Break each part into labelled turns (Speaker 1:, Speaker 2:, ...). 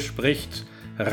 Speaker 1: spricht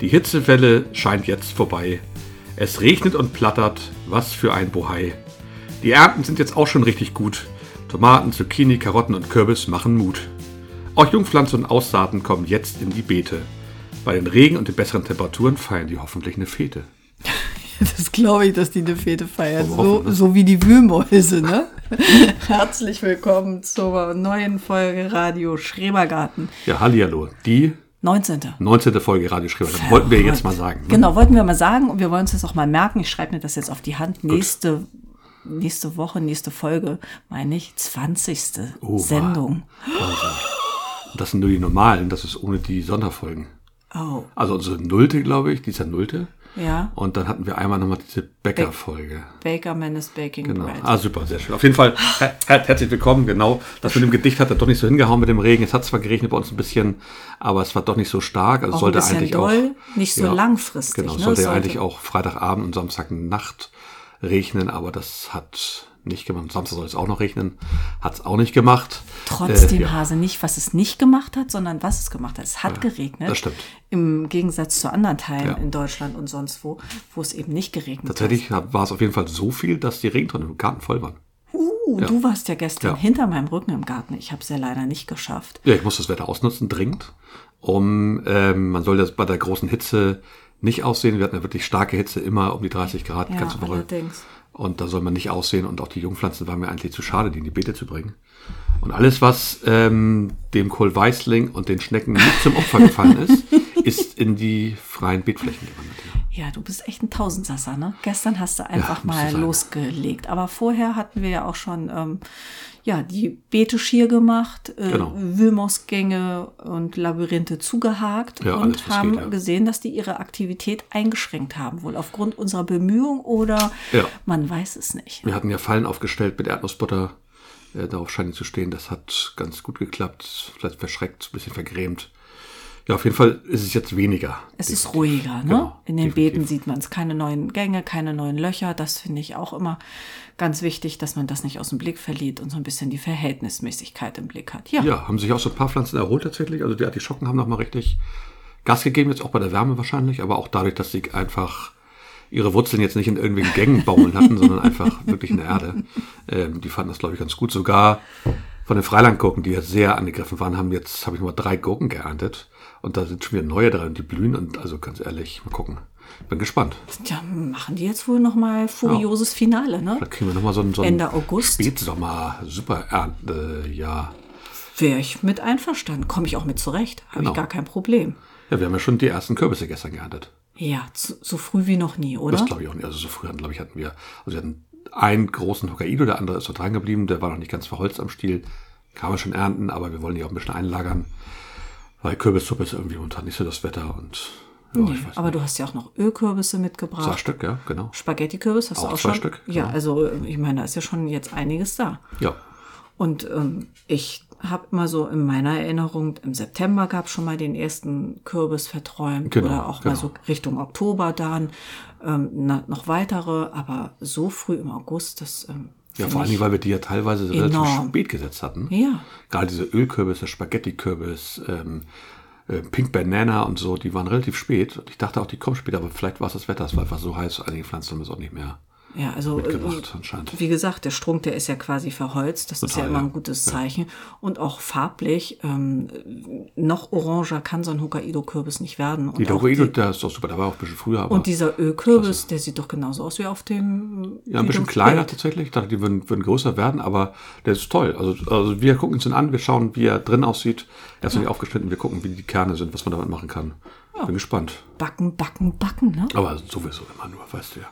Speaker 1: Die Hitzewelle scheint jetzt vorbei. Es regnet und plattert, was für ein Bohai. Die Ernten sind jetzt auch schon richtig gut. Tomaten, Zucchini, Karotten und Kürbis machen Mut. Auch Jungpflanzen und Aussaaten kommen jetzt in die Beete. Bei den Regen und den besseren Temperaturen feiern die hoffentlich eine Fete.
Speaker 2: Das glaube ich, dass die eine Fete feiern.
Speaker 1: Wollen wir hoffen,
Speaker 2: So,
Speaker 1: ne?
Speaker 2: so wie die Wühlmäuse, ne? Herzlich willkommen zur neuen Folge Radio Schrebergarten.
Speaker 1: Ja, hallihallo. Die
Speaker 2: 19.
Speaker 1: 19. Folge Radio Schreiber. Das wollten wir jetzt mal sagen. ne?
Speaker 2: Genau, wollten wir mal sagen und wir wollen uns das auch mal merken. Ich schreibe mir das jetzt auf die Hand. Nächste, nächste Woche, nächste Folge, meine ich, 20.
Speaker 1: Mann.
Speaker 2: Sendung.
Speaker 1: Das sind nur die normalen, das ist ohne die Sonderfolgen.
Speaker 2: Oh,
Speaker 1: Also unsere Nullte, glaube ich, die ist ja Nullte.
Speaker 2: ja.
Speaker 1: Und dann hatten wir einmal nochmal diese Bäckerfolge.
Speaker 2: Baker Man is Baking
Speaker 1: Genau.
Speaker 2: Bread.
Speaker 1: Ah, super, sehr schön. Auf jeden Fall her her herzlich willkommen. Genau, das mit dem Gedicht hat er doch nicht so hingehauen mit dem Regen. Es hat zwar geregnet bei uns ein bisschen, aber es war doch nicht so stark. Also
Speaker 2: Auch ein
Speaker 1: sollte
Speaker 2: bisschen
Speaker 1: eigentlich
Speaker 2: doll,
Speaker 1: auch
Speaker 2: nicht so langfristig,
Speaker 1: Genau,
Speaker 2: ne?
Speaker 1: sollte, ja
Speaker 2: Sollte-
Speaker 1: eigentlich auch Freitagabend und Samstagnacht regnen, aber das hat nicht gemacht. Samstag soll es auch noch regnen, hat es auch nicht gemacht.
Speaker 2: Trotzdem,
Speaker 1: Äh, ja.
Speaker 2: Hase, nicht, was es nicht gemacht hat, sondern was es gemacht hat. Es hat geregnet.
Speaker 1: das stimmt.
Speaker 2: Im Gegensatz zu anderen Teilen
Speaker 1: Ja.
Speaker 2: in Deutschland und sonst wo, wo es eben nicht geregnet
Speaker 1: Tatsächlich war es auf jeden Fall so viel, dass die Regentonnen im Garten voll waren.
Speaker 2: hat. Uh, du warst ja gestern
Speaker 1: Ja.
Speaker 2: hinter meinem Rücken im Garten. Ich habe es ja leider nicht geschafft.
Speaker 1: Ja, ich muss das Wetter ausnutzen, dringend. Um, ähm, man soll das bei der großen Hitze nicht aussehen. Wir hatten ja wirklich starke Hitze, immer um die 30 Grad,
Speaker 2: Ja,
Speaker 1: ganze Woche.
Speaker 2: allerdings.
Speaker 1: Und da soll man nicht aussehen. Und auch die Jungpflanzen waren mir eigentlich zu schade, die in die Beete zu bringen. Und alles, was ähm, dem Kohlweißling und den Schnecken nicht zum Opfer gefallen ist, ist in die freien Beetflächen gewandert. Ja.
Speaker 2: Ja, du bist echt ein Tausendsasser, ne? Gestern hast du
Speaker 1: Ja,
Speaker 2: einfach
Speaker 1: musste
Speaker 2: mal
Speaker 1: sein.
Speaker 2: losgelegt. Aber vorher hatten wir ja auch schon ähm, ja, die Beete schier gemacht, äh,
Speaker 1: Genau.
Speaker 2: Wilmosgänge und Labyrinthe zugehakt
Speaker 1: Ja, alles,
Speaker 2: und
Speaker 1: was
Speaker 2: haben
Speaker 1: geht, ja.
Speaker 2: gesehen, dass die ihre Aktivität eingeschränkt haben. Wohl aufgrund unserer Bemühungen oder
Speaker 1: Ja.
Speaker 2: man weiß es nicht.
Speaker 1: Wir hatten ja Fallen aufgestellt mit Erdnussbutter. Äh, darauf scheint es zu stehen. Das hat ganz gut geklappt. Vielleicht verschreckt, ein bisschen vergrämt. Ja, auf jeden Fall ist es jetzt weniger.
Speaker 2: Es ist ruhiger, ne?
Speaker 1: Genau,
Speaker 2: In den
Speaker 1: definitiv.
Speaker 2: Beeten sieht man es. Keine neuen Gänge, keine neuen Löcher. Das finde ich auch immer ganz wichtig, dass man das nicht aus dem Blick verliert und so ein bisschen die Verhältnismäßigkeit im Blick hat.
Speaker 1: Ja, haben sich auch so ein paar Pflanzen erholt tatsächlich. Also die Artischocken haben nochmal richtig Gas gegeben, jetzt auch bei der Wärme wahrscheinlich, aber auch dadurch, dass sie einfach ihre Wurzeln jetzt nicht in irgendwelchen Gängen baumeln hatten, sondern einfach wirklich in der Erde. Ähm, die fanden das, glaube ich, ganz gut. Sogar von den Freilandgurken, die ja sehr angegriffen waren, haben jetzt, habe ich nochmal drei Gurken geerntet. Und da sind schon wieder neue dran, die blühen. Und also ganz ehrlich, mal gucken. Bin gespannt.
Speaker 2: Tja, machen die jetzt wohl nochmal furioses Finale, ne?
Speaker 1: Da kriegen wir nochmal so ein, so ein
Speaker 2: Ende August.
Speaker 1: Spätsommer, super Ernte, ja.
Speaker 2: Wäre ich mit einverstanden. Komme ich auch mit zurecht. Habe
Speaker 1: Genau.
Speaker 2: ich gar kein Problem.
Speaker 1: Ja, wir haben ja schon die ersten Kürbisse gestern geerntet.
Speaker 2: Ja, zu, so früh wie noch nie, oder?
Speaker 1: Das glaube ich auch nicht. Also so früh hatten, glaube ich, hatten wir, also wir hatten einen großen Hokkaido, der andere ist dort reingeblieben, der war noch nicht ganz verholzt am Stiel. Kann man schon ernten, aber wir wollen die auch ein bisschen einlagern. Weil Kürbissuppe ist irgendwie momentan nicht so das Wetter und ja,
Speaker 2: Nee,
Speaker 1: ich weiß
Speaker 2: aber du hast ja auch noch Ölkürbisse
Speaker 1: nicht. Zwei
Speaker 2: mitgebracht.
Speaker 1: Stück, ja, genau.
Speaker 2: Spaghetti-Kürbis hast
Speaker 1: Auch
Speaker 2: du auch
Speaker 1: zwei
Speaker 2: schon.
Speaker 1: Stück,
Speaker 2: Ja,
Speaker 1: genau.
Speaker 2: also äh, ich meine, da ist ja schon jetzt einiges da.
Speaker 1: Ja.
Speaker 2: Und ähm, ich habe immer so in meiner Erinnerung, im September gab es schon mal den ersten Kürbis verträumt
Speaker 1: Genau,
Speaker 2: oder auch
Speaker 1: genau.
Speaker 2: mal so Richtung Oktober dann ähm, na, noch weitere, aber so früh im August, das ähm,
Speaker 1: Ja,
Speaker 2: find
Speaker 1: vor allen
Speaker 2: ich-
Speaker 1: Dingen, weil wir die ja teilweise relativ
Speaker 2: enorm.
Speaker 1: spät gesetzt hatten.
Speaker 2: Ja.
Speaker 1: Gerade diese Ölkürbisse, Spaghetti-Kürbis, ähm, äh, Pink Banana und so, die waren relativ spät. Und ich dachte auch, die kommen später, aber vielleicht war es das Wetter. Es war einfach so heiß, einige Pflanzen haben es auch nicht mehr
Speaker 2: Ja, also
Speaker 1: mitgemacht,
Speaker 2: äh,
Speaker 1: anscheinend.
Speaker 2: wie gesagt, der Strunk, der ist ja quasi verholzt. Das ist
Speaker 1: Total,
Speaker 2: ja immer
Speaker 1: ja.
Speaker 2: ein gutes Zeichen. Und auch farblich, ähm, noch oranger kann so ein Hokkaido-Kürbis nicht werden. Und,
Speaker 1: Die
Speaker 2: auch
Speaker 1: Hokkaido, der ist doch super, der war auch ein bisschen früher, aber
Speaker 2: und dieser Ölkürbis, der sieht doch genauso aus wie auf dem.
Speaker 1: ja,
Speaker 2: wie
Speaker 1: ein bisschen
Speaker 2: dem
Speaker 1: kleiner
Speaker 2: Bild.
Speaker 1: tatsächlich. Ich dachte, die würden, würden größer werden, aber der ist toll. Also, also wir gucken uns den an, wir schauen, wie er drin aussieht. Er ist noch nicht aufgeschnitten, wir gucken, wie die Kerne sind, was man damit machen kann. Bin gespannt.
Speaker 2: Backen, backen, backen, ne?
Speaker 1: Aber sowieso immer nur, weißt du ja.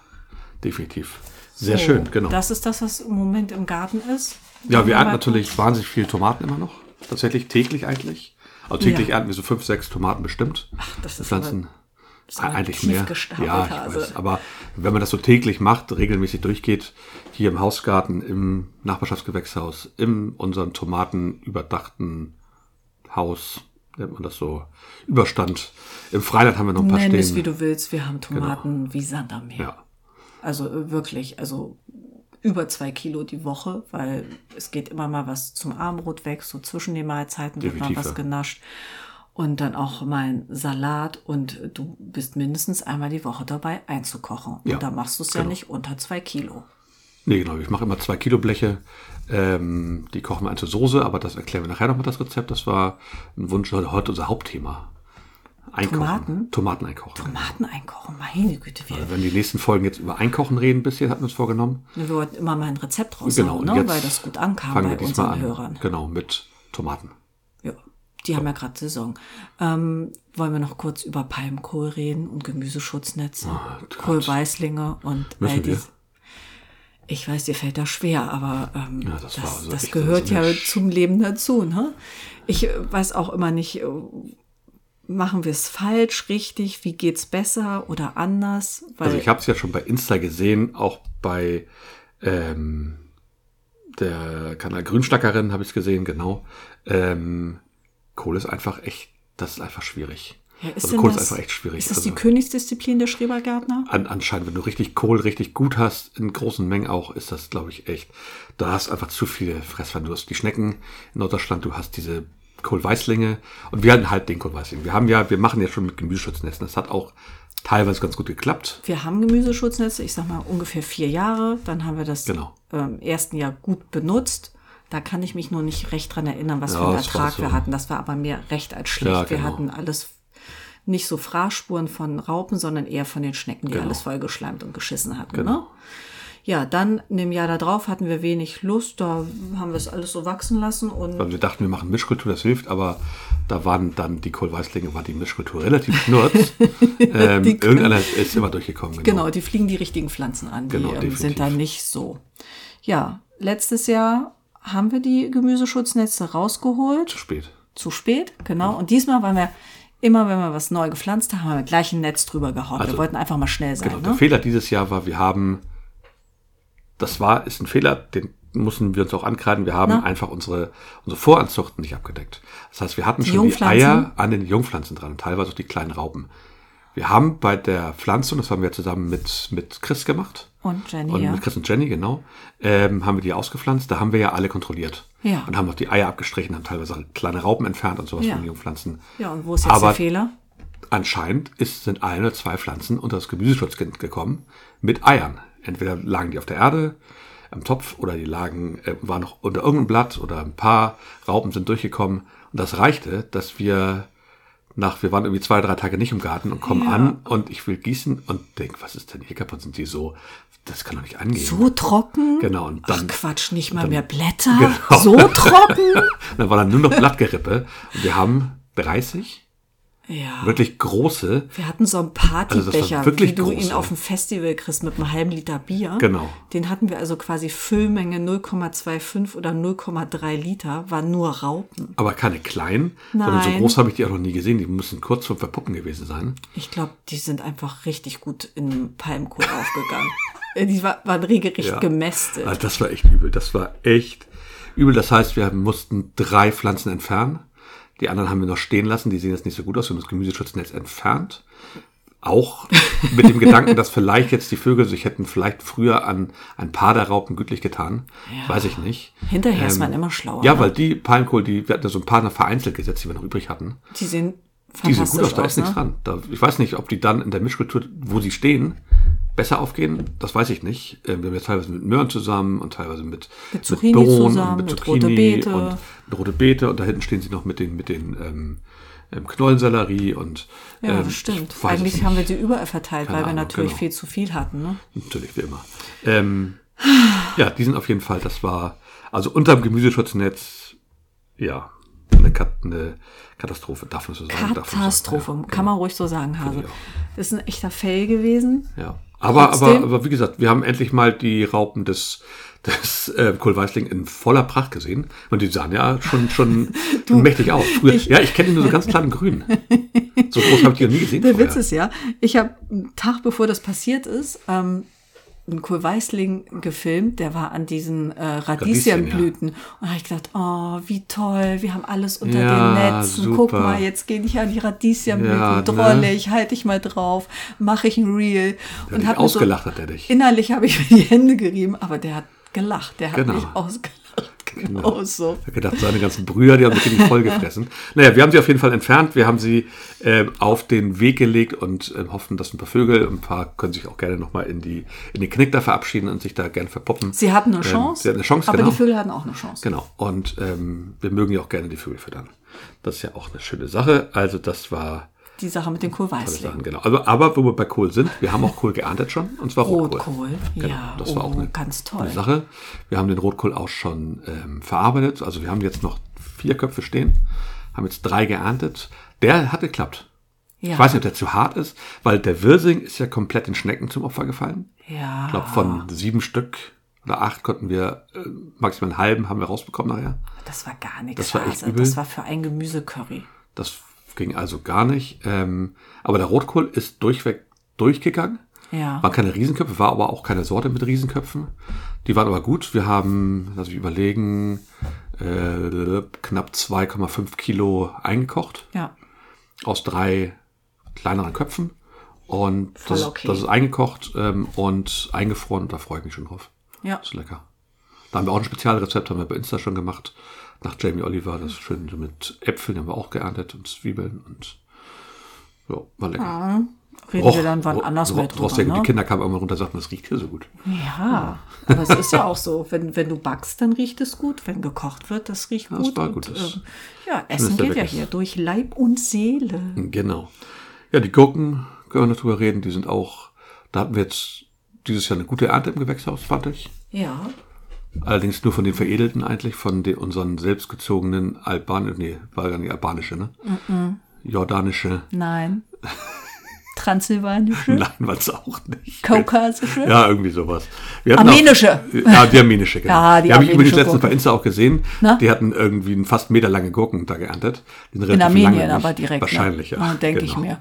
Speaker 1: Definitiv. Sehr schön, genau.
Speaker 2: Oh, Das ist das, was im Moment im Garten ist.
Speaker 1: Ja, wir
Speaker 2: Aber
Speaker 1: ernten natürlich wahnsinnig viel Tomaten immer noch. Tatsächlich täglich eigentlich. Also täglich
Speaker 2: Ja.
Speaker 1: ernten wir so fünf, sechs Tomaten bestimmt.
Speaker 2: Ach, das ist
Speaker 1: Pflanzen.
Speaker 2: ist aber
Speaker 1: eigentlich
Speaker 2: tief
Speaker 1: mehr.
Speaker 2: gestapelt, also
Speaker 1: Ja, ich
Speaker 2: Hase.
Speaker 1: weiß. Aber wenn man das so täglich macht, regelmäßig durchgeht, hier im Hausgarten, im Nachbarschaftsgewächshaus, in unserem tomatenüberdachten Haus, nennt man das so, Überstand. Im Freiland haben wir noch ein paar
Speaker 2: Nenn es wie
Speaker 1: stehen.
Speaker 2: du willst, wir haben Tomaten wie Sand am Meer.
Speaker 1: Ja.
Speaker 2: Also äh, wirklich, also über zwei Kilo die Woche, weil es geht immer mal was zum Armbrot weg, so zwischen den Mahlzeiten wird
Speaker 1: Definitiv,
Speaker 2: mal was
Speaker 1: ja.
Speaker 2: genascht. Und dann auch mal ein Salat und äh, du bist mindestens einmal die Woche dabei einzukochen.
Speaker 1: Ja,
Speaker 2: und da machst du es ja
Speaker 1: genau.
Speaker 2: nicht unter zwei Kilo.
Speaker 1: Nee, genau. Ich mache immer zwei Kilo Bleche. Ähm, die kochen wir ein zur Soße, aber das erklären wir nachher nochmal das Rezept. Das war ein Wunsch heute unser Hauptthema. Einkochen.
Speaker 2: Tomaten?
Speaker 1: Tomaten einkaufen.
Speaker 2: Tomaten einkochen, meine Güte, wir,
Speaker 1: Äh, Wenn die nächsten Folgen jetzt über Einkochen reden, ein bisschen hatten wir uns vorgenommen.
Speaker 2: wir wollten immer mal ein Rezept
Speaker 1: Genau,
Speaker 2: raushauen,
Speaker 1: und
Speaker 2: ne?
Speaker 1: jetzt
Speaker 2: weil das gut ankam
Speaker 1: fangen
Speaker 2: bei
Speaker 1: wir diesmal an.
Speaker 2: unseren Hörern.
Speaker 1: Genau, mit Tomaten.
Speaker 2: Ja, die haben ja gerade Saison. Ähm, wollen wir noch kurz über Palmkohl reden und Gemüseschutznetze,
Speaker 1: Ah, Gott.
Speaker 2: Kohlweißlinge und
Speaker 1: Müssen
Speaker 2: all
Speaker 1: wir?
Speaker 2: dies. Ich weiß, dir fällt das schwer, aber ähm,
Speaker 1: Ja,
Speaker 2: das,
Speaker 1: das
Speaker 2: das,
Speaker 1: war also echt so
Speaker 2: gehört
Speaker 1: eine
Speaker 2: ja
Speaker 1: Sch-
Speaker 2: zum Leben dazu. Ne? Ich äh, weiß auch immer nicht, äh, machen wir es falsch, richtig, wie geht's besser oder anders? Weil
Speaker 1: Also ich habe es ja schon bei Insta gesehen, auch bei ähm, der Kanal Grünstackerin habe ich es gesehen, genau. Ähm, Kohl ist einfach echt, das ist einfach schwierig.
Speaker 2: Ja, ist
Speaker 1: also
Speaker 2: denn
Speaker 1: Kohl
Speaker 2: das-
Speaker 1: ist einfach echt schwierig.
Speaker 2: Ist das
Speaker 1: also,
Speaker 2: die Königsdisziplin der Schrebergärtner?
Speaker 1: an, anscheinend, wenn du richtig Kohl richtig gut hast, in großen Mengen auch, ist das, glaube ich, echt. Da hast einfach zu viele Fressfeinde. Du hast die Schnecken in Norddeutschland, du hast diese Kohlweißlinge und wir hatten halt den Kohlweißling. Wir haben ja, wir machen ja schon mit Gemüseschutznässen. Das hat auch teilweise ganz gut geklappt.
Speaker 2: Wir haben Gemüseschutznetze, ich sag mal ungefähr vier Jahre. Dann haben wir das
Speaker 1: Genau.
Speaker 2: ähm, ersten Jahr gut benutzt. Da kann ich mich nur nicht recht dran erinnern, was
Speaker 1: Ja,
Speaker 2: für einen
Speaker 1: das war
Speaker 2: Ertrag wir
Speaker 1: so.
Speaker 2: hatten. Das war aber mehr recht als schlecht.
Speaker 1: Ja,
Speaker 2: Wir
Speaker 1: genau.
Speaker 2: hatten alles nicht so Fraßspuren von Raupen, sondern eher von den Schnecken, die
Speaker 1: Genau.
Speaker 2: alles vollgeschleimt und geschissen hatten.
Speaker 1: Genau.
Speaker 2: Ne? Ja, dann in dem Jahr darauf hatten wir wenig Lust. Da haben wir es alles so wachsen lassen und
Speaker 1: Weil wir dachten, wir machen Mischkultur, das hilft, aber da waren dann die Kohlweißlinge, war die Mischkultur relativ schnurz. ähm, irgendeiner ist immer durchgekommen.
Speaker 2: Genau, die fliegen die richtigen Pflanzen an. Die
Speaker 1: Genau,
Speaker 2: ähm, sind
Speaker 1: definitiv.
Speaker 2: da nicht so. Ja, letztes Jahr haben wir die Gemüseschutznetze
Speaker 1: Zu
Speaker 2: rausgeholt.
Speaker 1: spät.
Speaker 2: Zu spät,
Speaker 1: Mhm.
Speaker 2: genau. Und diesmal waren wir immer, wenn wir was neu gepflanzt haben, haben wir gleich ein Netz drüber gehauen. wir
Speaker 1: Also,
Speaker 2: wollten einfach mal schnell sein.
Speaker 1: Genau, der
Speaker 2: ne?
Speaker 1: Fehler dieses Jahr war, wir haben, das war, ist ein Fehler, den mussten wir uns auch ankreiden, wir haben
Speaker 2: Na?
Speaker 1: einfach unsere, unsere Voranzuchten nicht abgedeckt. Das heißt, wir hatten
Speaker 2: Die
Speaker 1: schon die
Speaker 2: Jungpflanzen?
Speaker 1: Eier an den Jungpflanzen dran, und teilweise auch die kleinen Raupen. Wir haben bei der Pflanzung, das haben wir zusammen mit, mit Chris gemacht,
Speaker 2: Und Jenny,
Speaker 1: Und
Speaker 2: ja.
Speaker 1: mit Chris und Jenny, genau, ähm, haben wir die ausgepflanzt. Da haben wir ja alle kontrolliert.
Speaker 2: Ja.
Speaker 1: Und haben auch die Eier abgestrichen, haben teilweise kleine Raupen entfernt und sowas
Speaker 2: Ja.
Speaker 1: von den Jungpflanzen.
Speaker 2: ja, und wo ist jetzt
Speaker 1: Aber
Speaker 2: der Fehler?
Speaker 1: Anscheinend ist, sind ein oder zwei Pflanzen unter das Gemüseschutzkind gekommen mit Eiern. Entweder lagen die auf der Erde im Topf oder die lagen, äh, waren noch unter irgendeinem Blatt oder ein paar Raupen sind durchgekommen. Und das reichte, dass wir nach, wir waren irgendwie zwei, drei Tage nicht im Garten und kommen an und ich will gießen und denk, was ist denn hier kaputt? Sind die so, das kann doch nicht angehen.
Speaker 2: So trocken?
Speaker 1: Genau, und
Speaker 2: Ach
Speaker 1: dann-
Speaker 2: Quatsch, nicht mal
Speaker 1: dann-
Speaker 2: mehr Blätter.
Speaker 1: Genau.
Speaker 2: So trocken?
Speaker 1: Und dann war dann nur noch Blattgerippe. Und wir haben 30
Speaker 2: ja.
Speaker 1: wirklich große.
Speaker 2: Wir hatten so einen
Speaker 1: Also das
Speaker 2: Partybecher,
Speaker 1: war wirklich
Speaker 2: wie du
Speaker 1: groß,
Speaker 2: ihn
Speaker 1: ja.
Speaker 2: auf dem Festival kriegst mit einem halben Liter Bier.
Speaker 1: Genau.
Speaker 2: Den hatten wir also quasi Füllmenge 0,25 oder 0,3 Liter, war nur Raupen.
Speaker 1: Aber keine kleinen, sondern so
Speaker 2: Nein.
Speaker 1: groß habe ich die auch noch nie gesehen. Die müssen kurz vor Verpuppen gewesen sein.
Speaker 2: Ich glaube, die sind einfach richtig gut in Palmkohl aufgegangen. Äh, Die war, waren regelrecht
Speaker 1: Ja.
Speaker 2: gemästet.
Speaker 1: Also das war echt übel. Das war echt übel. Das heißt, wir mussten drei Pflanzen entfernen. Die anderen haben wir noch stehen lassen. Die sehen jetzt nicht so gut aus. Wir haben das Gemüseschutznetz entfernt. Auch mit dem Gedanken, dass vielleicht jetzt die Vögel sich hätten vielleicht früher an ein paar der Raupen gütlich getan. Weiß ich nicht. Ähm,
Speaker 2: Hinterher ist man immer schlauer.
Speaker 1: Ja,
Speaker 2: ne?
Speaker 1: weil die Palmkohl, die, wir hatten ja so ein paar noch vereinzelt gesetzt, die wir noch übrig hatten.
Speaker 2: die sehen
Speaker 1: Die sehen gut
Speaker 2: fantastisch
Speaker 1: aus, da ist
Speaker 2: aus.
Speaker 1: nichts
Speaker 2: ne?
Speaker 1: dran. Da, ich weiß nicht, ob die dann in der Mischkultur, wo sie stehen, besser aufgehen, das weiß ich nicht. Äh, Wir haben ja teilweise mit Möhren zusammen und teilweise mit,
Speaker 2: Mit Zucchini zusammen, mit rote Beete.
Speaker 1: und mit rote Beete und da hinten stehen sie noch mit den, mit den ähm, ähm, Knollensellerie und
Speaker 2: Ja,
Speaker 1: ähm,
Speaker 2: das stimmt.
Speaker 1: ich weiß es
Speaker 2: Eigentlich
Speaker 1: nicht.
Speaker 2: haben wir die überall verteilt,
Speaker 1: Keine
Speaker 2: weil wir
Speaker 1: Ahnung,
Speaker 2: natürlich
Speaker 1: genau.
Speaker 2: viel zu viel hatten. Ne?
Speaker 1: Natürlich, wie immer. Ähm, ja, die sind auf jeden Fall, das war, also unterm Gemüseschutznetz, ja, eine, Kat eine Katastrophe, darf man so sagen. darf man so
Speaker 2: Katastrophe,
Speaker 1: sagen, ja, genau.
Speaker 2: kann man ruhig so sagen, Hase.
Speaker 1: ich auch.
Speaker 2: Das ist ein echter Fail gewesen.
Speaker 1: Ja. Aber, aber,
Speaker 2: Trotzdem-
Speaker 1: aber wie gesagt, wir haben endlich mal die Raupen des, das äh, Kohlweißling in voller Pracht gesehen. Und die sahen ja schon, schon mächtig aus. Früher, ja, ich kenne die nur so ganz klein in grün. So groß habe ich die noch nie gesehen.
Speaker 2: Der
Speaker 1: vorher.
Speaker 2: Witz ist ja, ich habe einen Tag bevor das passiert ist, ähm, einen Kohlweißling gefilmt, der war an diesen äh, Radieschenblüten. Und da habe ich gedacht, oh, wie toll, wir haben alles unter
Speaker 1: Ja,
Speaker 2: den Netzen. Guck
Speaker 1: super.
Speaker 2: mal, jetzt gehe ich an die Radieschenblüten,
Speaker 1: Ja, ne?
Speaker 2: drolle ich, halte ich mal drauf, mache ich ein Reel.
Speaker 1: Der hat dich
Speaker 2: hab mir
Speaker 1: ausgelacht, hat er dich.
Speaker 2: Innerlich habe ich mir die Hände gerieben, aber der hat gelacht, der hat
Speaker 1: Genau.
Speaker 2: mich ausgelacht. Genau,
Speaker 1: Genau.
Speaker 2: so.
Speaker 1: Ich habe gedacht, seine ganzen Brüder, die haben mich irgendwie vollgefressen. Naja, wir haben sie auf jeden Fall entfernt. Wir haben sie ähm, auf den Weg gelegt und ähm, hoffen, dass ein paar Vögel, ein paar können sich auch gerne nochmal in, die, in den Knick da verabschieden und sich da gern verpoppen.
Speaker 2: Sie hatten eine
Speaker 1: Ähm,
Speaker 2: Chance,
Speaker 1: sie hatten eine Chance,
Speaker 2: aber
Speaker 1: genau.
Speaker 2: die Vögel hatten auch eine Chance.
Speaker 1: Genau. Und ähm, wir mögen ja auch gerne die Vögel füttern. Das ist ja auch eine schöne Sache. Also das war
Speaker 2: Die Sache mit dem
Speaker 1: tolle
Speaker 2: Kohlweißling.
Speaker 1: Sachen, genau. Also, aber wo wir bei Kohl sind, wir haben auch Kohl geerntet schon, und zwar Rotkohl.
Speaker 2: Rotkohl,
Speaker 1: Genau,
Speaker 2: ja,
Speaker 1: das war
Speaker 2: oh,
Speaker 1: auch eine
Speaker 2: ganz toll.
Speaker 1: eine Sache. Wir haben den Rotkohl auch schon ähm, verarbeitet. Also wir haben jetzt noch vier Köpfe stehen, haben jetzt drei geerntet. Der hat geklappt.
Speaker 2: Ja.
Speaker 1: Ich weiß nicht, ob der zu hart ist, weil der Wirsing ist ja komplett den Schnecken zum Opfer gefallen.
Speaker 2: Ja.
Speaker 1: Ich glaube,
Speaker 2: Ah.
Speaker 1: von sieben Stück oder acht konnten wir, äh, maximal einen halben haben wir rausbekommen nachher.
Speaker 2: Das war gar nichts.
Speaker 1: Das war echt
Speaker 2: Hase.
Speaker 1: übel.
Speaker 2: Das war für ein Gemüsecurry.
Speaker 1: Das ging also gar nicht. Ähm, aber der Rotkohl ist durchweg durchgegangen.
Speaker 2: Ja.
Speaker 1: Waren keine Riesenköpfe, war aber auch keine Sorte mit Riesenköpfen. Die waren aber gut. Wir haben, lass mich überlegen, äh, knapp 2,5 Kilo eingekocht
Speaker 2: Ja.
Speaker 1: aus drei kleineren Köpfen. Und
Speaker 2: Voll
Speaker 1: das,
Speaker 2: okay.
Speaker 1: das ist eingekocht ähm, und eingefroren. Da freue ich mich schon drauf.
Speaker 2: Ja.
Speaker 1: Ist lecker. Da haben wir auch ein Spezialrezept, haben wir bei Insta schon gemacht. Nach Jamie Oliver, das ist schön so mit Äpfeln haben wir auch geerntet und Zwiebeln und ja, war lecker. oh,
Speaker 2: Reden Ah, wir dann wann anders mehr
Speaker 1: Ross,
Speaker 2: drüber,
Speaker 1: Die
Speaker 2: ne?
Speaker 1: Kinder kamen immer runter und sagten, das riecht hier so gut.
Speaker 2: Ja. Aber es ist ja auch so, wenn, wenn du backst, dann riecht es gut. Wenn gekocht wird, das riecht
Speaker 1: Ja, das
Speaker 2: gut.
Speaker 1: war
Speaker 2: und,
Speaker 1: gut. Das-
Speaker 2: ähm, ja,
Speaker 1: dass
Speaker 2: Essen
Speaker 1: der
Speaker 2: geht
Speaker 1: weg
Speaker 2: ja
Speaker 1: ist.
Speaker 2: hier durch Leib und Seele.
Speaker 1: Genau. Ja, die Gurken können wir noch drüber reden. Die sind auch, da hatten wir jetzt dieses Jahr eine gute Ernte im Gewächshaus, fand ich.
Speaker 3: Ja,
Speaker 1: Allerdings nur von den Veredelten eigentlich, von den, unseren selbstgezogenen Albanischen, nee, war gar nicht albanische, ne? Jordanische.
Speaker 2: Nein. Transsilvanische,
Speaker 1: Nein, war es auch nicht.
Speaker 2: kaukasische.
Speaker 1: Ja, irgendwie sowas. Wir hatten
Speaker 2: Armenische.
Speaker 1: Auch, ja, die armenische, genau.
Speaker 2: Ja, die
Speaker 1: die habe ich übrigens
Speaker 2: armenische
Speaker 1: letztens
Speaker 2: Gurke.
Speaker 1: bei Insta auch gesehen.
Speaker 2: Na?
Speaker 1: Die hatten irgendwie einen fast meterlange Gurken da geerntet. Die sind
Speaker 2: In
Speaker 1: relativ
Speaker 2: Armenien
Speaker 1: lange nicht.
Speaker 2: aber direkt.
Speaker 1: Wahrscheinlich,
Speaker 2: ne?
Speaker 1: ja.
Speaker 2: Ah, Denke ich
Speaker 1: Genau.
Speaker 2: mir.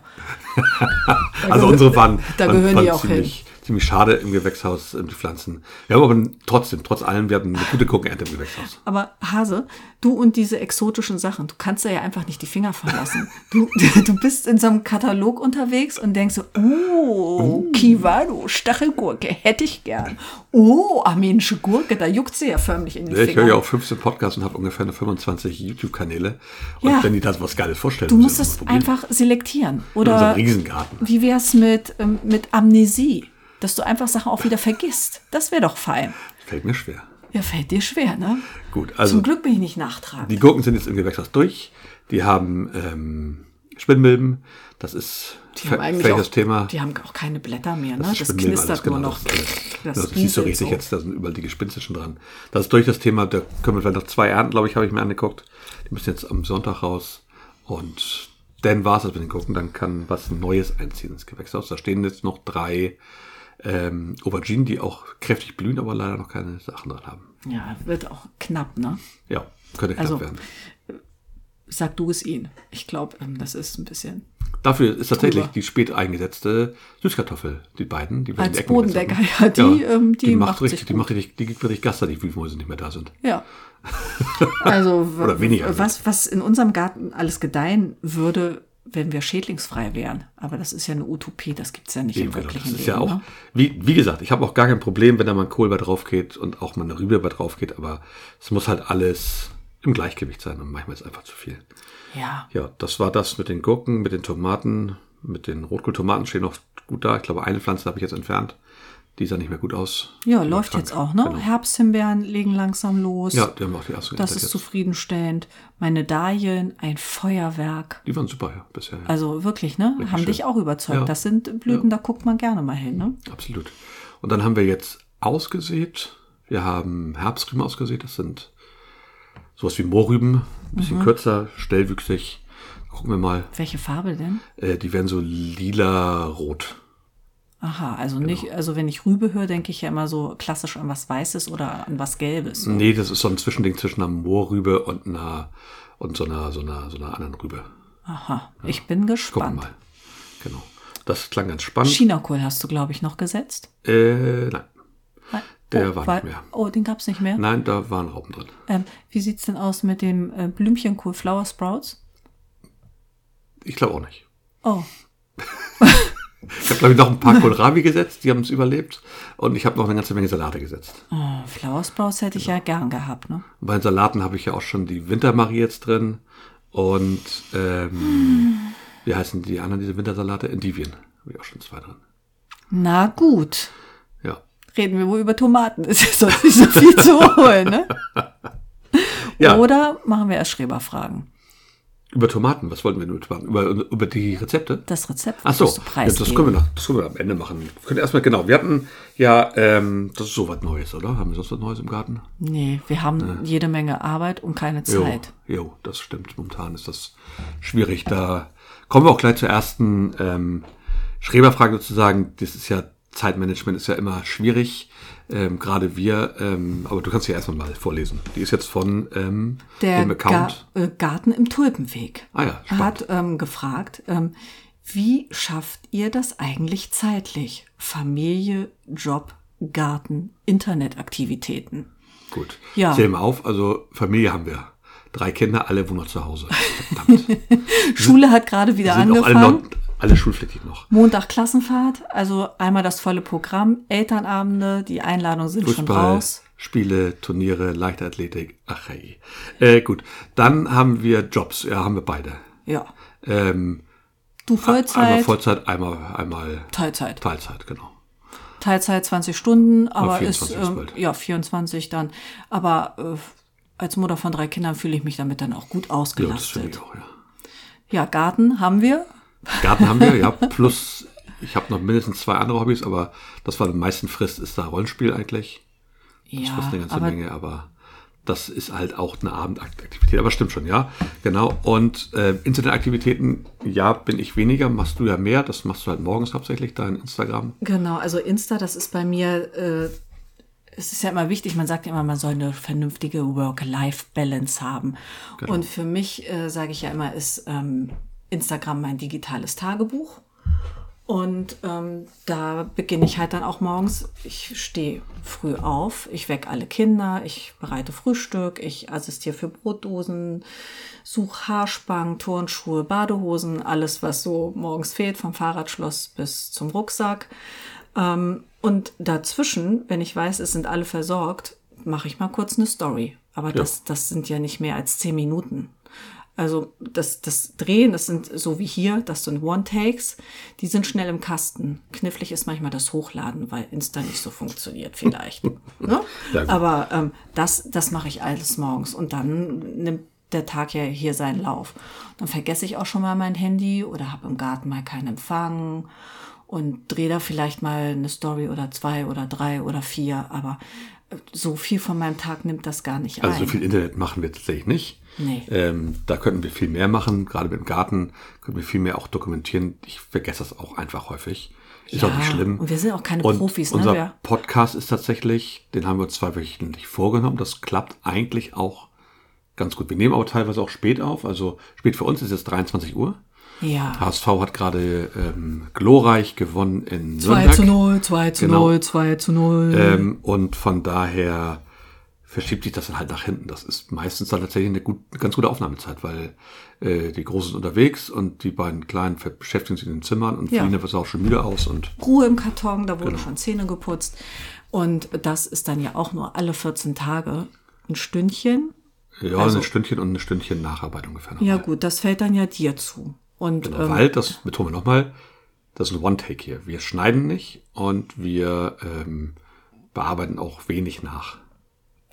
Speaker 1: Also unsere waren,
Speaker 2: Da
Speaker 1: waren,
Speaker 2: gehören
Speaker 1: waren
Speaker 2: die auch
Speaker 1: ziemlich, ziemlich schade im Gewächshaus, ähm, die Pflanzen. Wir haben aber trotzdem, trotz allem, wir hatten eine gute Gurkenernte im Gewächshaus.
Speaker 2: Aber Hase, du und diese exotischen Sachen, du kannst da ja einfach nicht die Finger verlassen. Du, du bist in so einem Katalog unterwegs und denkst so, oh, Kiwano, Stachelgurke, hätte ich gern. Oh, armenische Gurke, da juckt sie ja förmlich in den
Speaker 1: Ja, ich höre
Speaker 2: Fingern.
Speaker 1: ja auch 15 Podcasts und habe ungefähr eine 25 YouTube-Kanäle. Und
Speaker 2: Ja.
Speaker 1: wenn die da so was Geiles vorstellen,
Speaker 2: du
Speaker 1: müssen
Speaker 2: musst
Speaker 1: wir
Speaker 2: es
Speaker 1: mal probieren.
Speaker 2: einfach selektieren.
Speaker 1: in unserem
Speaker 2: Oder
Speaker 1: Riesengarten.
Speaker 2: wie wär's mit, ähm, mit Amnesie? Dass du einfach Sachen auch wieder vergisst. Das wäre doch fein.
Speaker 1: Fällt mir schwer.
Speaker 2: Ja, fällt dir schwer, ne?
Speaker 1: Gut,
Speaker 2: Zum
Speaker 1: also
Speaker 2: Glück bin ich nicht nachtragend.
Speaker 1: die Gurken sind jetzt im Gewächshaus durch. Die haben ähm, Spinnmilben. Das ist
Speaker 2: Die
Speaker 1: ver-
Speaker 2: haben eigentlich
Speaker 1: vielleicht
Speaker 2: auch,
Speaker 1: das Thema.
Speaker 2: Die haben auch keine Blätter mehr, ne? Das,
Speaker 1: Spinnmilben,
Speaker 2: knistert
Speaker 1: alles, genau,
Speaker 2: nur noch.
Speaker 1: Das, ist alles.
Speaker 2: Das
Speaker 1: das, siehst du
Speaker 2: pieselt
Speaker 1: richtig
Speaker 2: so.
Speaker 1: jetzt, da sind überall die Gespinste schon dran. Das ist durch das Thema, da können wir vielleicht noch zwei ernten, glaube ich, habe ich mir angeguckt. Die müssen jetzt am Sonntag raus. Und dann war es das mit den Gurken. Dann kann was Neues einziehen ins Gewächshaus. Da stehen jetzt noch drei ähm, Auberginen, die auch kräftig blühen, aber leider noch keine Sachen dran haben.
Speaker 2: Ja, wird auch knapp, ne?
Speaker 1: Ja, könnte knapp
Speaker 2: Also-
Speaker 1: werden.
Speaker 2: Sag du es ihnen. Ich glaube, ähm, das ist ein bisschen
Speaker 1: Dafür ist tatsächlich
Speaker 2: Drüber.
Speaker 1: die spät eingesätzte Süßkartoffel, die beiden, die wir
Speaker 2: Als
Speaker 1: in die Ecken gesetzt
Speaker 2: Bodendecker,
Speaker 1: hatten.
Speaker 2: ja, die, ähm, die macht
Speaker 1: macht
Speaker 2: sich
Speaker 1: richtig, die
Speaker 2: gut.
Speaker 1: macht richtig, die gibt richtig Gaster, die Wühlmäuse nicht mehr da sind.
Speaker 2: Ja. Also, w-
Speaker 1: Oder weniger.
Speaker 2: was, was in unserem Garten alles gedeihen würde, wenn wir schädlingsfrei wären. Aber das ist ja eine Utopie, das gibt's ja nicht
Speaker 1: Eben,
Speaker 2: im
Speaker 1: genau. Das
Speaker 2: wirklichen
Speaker 1: ist
Speaker 2: Leben.
Speaker 1: ja auch,
Speaker 2: ne?
Speaker 1: wie, wie gesagt, ich habe auch gar kein Problem, wenn da mal ein Kohl bei drauf geht und auch mal eine Rübe bei drauf geht, aber es muss halt alles im Gleichgewicht sein und manchmal ist einfach zu viel.
Speaker 2: Ja.
Speaker 1: Ja, das war das mit den Gurken, mit den Tomaten, mit den Rotkohltomaten stehen noch gut da. Ich glaube, eine Pflanze habe ich jetzt entfernt. Die sah nicht mehr gut aus. Die
Speaker 2: Ja,
Speaker 1: war
Speaker 2: läuft
Speaker 1: krank.
Speaker 2: jetzt auch, ne?
Speaker 1: Genau.
Speaker 2: Herbsthimbeeren legen langsam los.
Speaker 1: Ja, die haben auch die erste
Speaker 2: das
Speaker 1: geerntet
Speaker 2: ist
Speaker 1: jetzt.
Speaker 2: zufriedenstellend. Meine Dahlien, ein Feuerwerk.
Speaker 1: Die waren super ja, bisher. Ja.
Speaker 2: Also wirklich, ne?
Speaker 1: Richtig
Speaker 2: Haben
Speaker 1: schön.
Speaker 2: dich auch überzeugt.
Speaker 1: Ja.
Speaker 2: Das sind Blüten, da guckt man gerne mal hin, ne?
Speaker 1: Absolut. Und dann haben wir jetzt ausgesät. Wir haben Herbstrüben ausgesät. Das sind sowas wie Mohrrüben. Ein bisschen kürzer, stellwüchsig. Gucken wir mal.
Speaker 2: Welche Farbe denn?
Speaker 1: Äh, die werden so lila-rot.
Speaker 2: Aha, also nicht, also wenn ich Rübe höre, denke ich ja immer so klassisch an was Weißes oder an was Gelbes.
Speaker 1: Nee, das ist so ein Zwischending zwischen einer Moorrübe und einer und so einer, so einer, so einer anderen Rübe.
Speaker 2: Aha, ich bin
Speaker 1: Gucken wir
Speaker 2: gespannt.
Speaker 1: mal. Genau. Das klang ganz spannend.
Speaker 2: Chinakohl hast du, glaube ich, noch gesetzt.
Speaker 1: Äh, nein.
Speaker 2: Nein.
Speaker 1: Der
Speaker 2: oh,
Speaker 1: war
Speaker 2: weil-
Speaker 1: nicht mehr.
Speaker 2: Oh, den gab's nicht mehr.
Speaker 1: Nein, da waren Raupen drin.
Speaker 2: Ähm, wie sieht's denn aus mit dem äh, Blümchenkohl Flower Sprouts?
Speaker 1: Ich glaube auch nicht.
Speaker 2: Oh,
Speaker 1: Ich habe, glaube ich, noch ein paar Kohlrabi gesetzt, die haben es überlebt. Und ich habe noch eine ganze Menge Salate gesetzt.
Speaker 2: oh Flower Sprouts hätte ich
Speaker 1: Genau.
Speaker 2: ja gern gehabt, ne?
Speaker 1: Bei den Salaten habe ich ja auch schon die Wintermarie jetzt drin. Und ähm, wie heißen die anderen, diese Wintersalate? Endivien. Habe ich auch schon zwei drin.
Speaker 2: Na gut.
Speaker 1: Ja.
Speaker 2: Reden wir wohl über Tomaten. Es ist sonst nicht so viel zu holen, ne?
Speaker 1: Ja,
Speaker 2: Oder machen wir erst Schreberfragen.
Speaker 1: über Tomaten. Was wollten wir denn mit Tomaten? Über, über die Rezepte?
Speaker 2: Das Rezept
Speaker 1: Ach so,
Speaker 2: musst du
Speaker 1: ja, das,
Speaker 2: preisgeben.
Speaker 1: können wir nach, das können wir am Ende machen. Wir können erstmal, genau, wir hatten ja, ähm, das ist so was Neues, oder? Haben wir sonst was Neues im Garten?
Speaker 2: Nee, wir haben jede Menge Arbeit und keine Zeit.
Speaker 1: Jo, jo, das stimmt. Momentan ist das schwierig. Da kommen wir auch gleich zur ersten ähm, Schreberfrage sozusagen. Das ist ja, Zeitmanagement ist ja immer schwierig. Ähm, Gerade wir, ähm, aber du kannst sie ja erstmal mal vorlesen. Die ist jetzt von ähm,
Speaker 2: Der
Speaker 1: dem Account.
Speaker 2: Ga äh, Garten im Tulpenweg
Speaker 1: Ah ja, spannend.
Speaker 2: hat ähm, gefragt, ähm, wie schafft ihr das eigentlich zeitlich? Familie, Job, Garten, Internetaktivitäten.
Speaker 1: Gut.
Speaker 2: Ja.
Speaker 1: Zähl mal auf. Also Familie haben wir. Drei Kinder, alle wohnen noch zu Hause. Verdammt.
Speaker 2: Schule hat gerade wieder
Speaker 1: sind auch alle, noch,
Speaker 2: angefangen.
Speaker 1: alle schulpflichtig noch.
Speaker 2: Montag Klassenfahrt, also einmal das volle Programm, Elternabende, die Einladungen sind schon
Speaker 1: Fußball,
Speaker 2: raus.
Speaker 1: Spiele, Turniere, Leichtathletik, ach hey. Äh, gut, dann haben wir Jobs, ja, haben wir beide.
Speaker 2: Ja.
Speaker 1: Ähm,
Speaker 2: Du
Speaker 1: Einmal
Speaker 2: Vollzeit,
Speaker 1: Vollzeit, einmal, einmal
Speaker 2: Teilzeit.
Speaker 1: Teilzeit, genau.
Speaker 2: Teilzeit 20 Stunden, aber
Speaker 1: 24
Speaker 2: ist,
Speaker 1: ist
Speaker 2: ähm,
Speaker 1: bald.
Speaker 2: ja, 24 dann. Aber äh, als Mutter von drei Kindern fühle ich mich damit dann auch gut
Speaker 1: Ja, das finde
Speaker 2: ausgelastet.
Speaker 1: ich auch, ja.
Speaker 2: Ja, Garten haben wir.
Speaker 1: Garten haben wir, ja, plus ich habe noch mindestens zwei andere Hobbys, aber das war am meisten Frist, ist da Rollenspiel eigentlich. Das
Speaker 2: Ja,
Speaker 1: frisst eine ganze
Speaker 2: aber
Speaker 1: Menge, aber das ist halt auch eine Abendaktivität. Aber stimmt schon, ja, genau. Und äh, Internetaktivitäten, ja, bin ich weniger, machst du ja mehr. Das machst du halt morgens hauptsächlich, dein Instagram.
Speaker 2: genau, also Insta, das ist bei mir, äh, es ist ja immer wichtig, man sagt ja immer, man soll eine vernünftige Work-Life-Balance haben. Und für mich, äh, sage ich ja immer, ist ähm, Instagram mein digitales Tagebuch. Und ähm, da beginne ich halt dann auch morgens. Ich stehe früh auf, ich wecke alle Kinder, ich bereite Frühstück, ich assistiere für Brotdosen, suche Haarspangen, Turnschuhe, Badehosen, alles, was so morgens fehlt, vom Fahrradschloss bis zum Rucksack. Ähm, und dazwischen, wenn ich weiß, es sind alle versorgt, mache ich mal kurz eine Story. Aber das, das sind ja nicht mehr als zehn Minuten. Also das, das Drehen, das sind so wie hier, das sind One-Takes, die sind schnell im Kasten. Knifflig ist manchmal das Hochladen, weil Insta nicht so funktioniert vielleicht. ne?
Speaker 1: Ja, gut.
Speaker 2: Aber ähm, das, das mache ich alles morgens und dann nimmt der Tag ja hier seinen Lauf. Dann vergesse ich auch schon mal mein Handy oder habe im Garten mal keinen Empfang und drehe da vielleicht mal eine Story oder zwei oder drei oder vier, aber äh, so viel von meinem Tag nimmt das gar nicht
Speaker 1: Also
Speaker 2: ein.
Speaker 1: so viel Internet machen wir tatsächlich nicht.
Speaker 2: Nee.
Speaker 1: Ähm, da könnten wir viel mehr machen, gerade mit dem Garten könnten wir viel mehr auch dokumentieren. Ich vergesse das auch einfach häufig. Ist auch
Speaker 2: Ja,
Speaker 1: nicht schlimm.
Speaker 2: und wir sind auch keine
Speaker 1: Und
Speaker 2: Profis, ne?
Speaker 1: Unser
Speaker 2: Wir-
Speaker 1: Podcast ist tatsächlich, den haben wir uns zweiwöchentlich vorgenommen. Das klappt eigentlich auch ganz gut. Wir nehmen aber teilweise auch spät auf. Also spät für uns ist jetzt 23 Uhr.
Speaker 2: ja.
Speaker 1: HSV hat gerade ähm, glorreich gewonnen in
Speaker 2: 2
Speaker 1: Nürnberg.
Speaker 2: zu 0, 2 zu
Speaker 1: Genau.
Speaker 2: 0, 2 zu 0.
Speaker 1: Ähm, und von daher verschiebt sich das dann halt nach hinten. Das ist meistens dann tatsächlich eine, gut, eine ganz gute Aufnahmezeit, weil äh, die Großen sind unterwegs und die beiden Kleinen ver- beschäftigen sich in den Zimmern und
Speaker 2: Ja.
Speaker 1: Fliehen ist auch schon müde aus und
Speaker 2: Ruhe im Karton, da
Speaker 1: Genau.
Speaker 2: wurden schon Zähne geputzt. Und das ist dann ja auch nur alle 14 Tage ein Stündchen.
Speaker 1: äh, ja,
Speaker 2: Also-
Speaker 1: ein Stündchen und ein Stündchen Nacharbeit ungefähr. noch.
Speaker 2: Ja gut, das fällt dann ja dir zu. Und
Speaker 1: Genau,
Speaker 2: ähm,
Speaker 1: weil, das betonen wir nochmal, das ist ein One-Take hier. Wir schneiden nicht und wir ähm, bearbeiten auch wenig nach.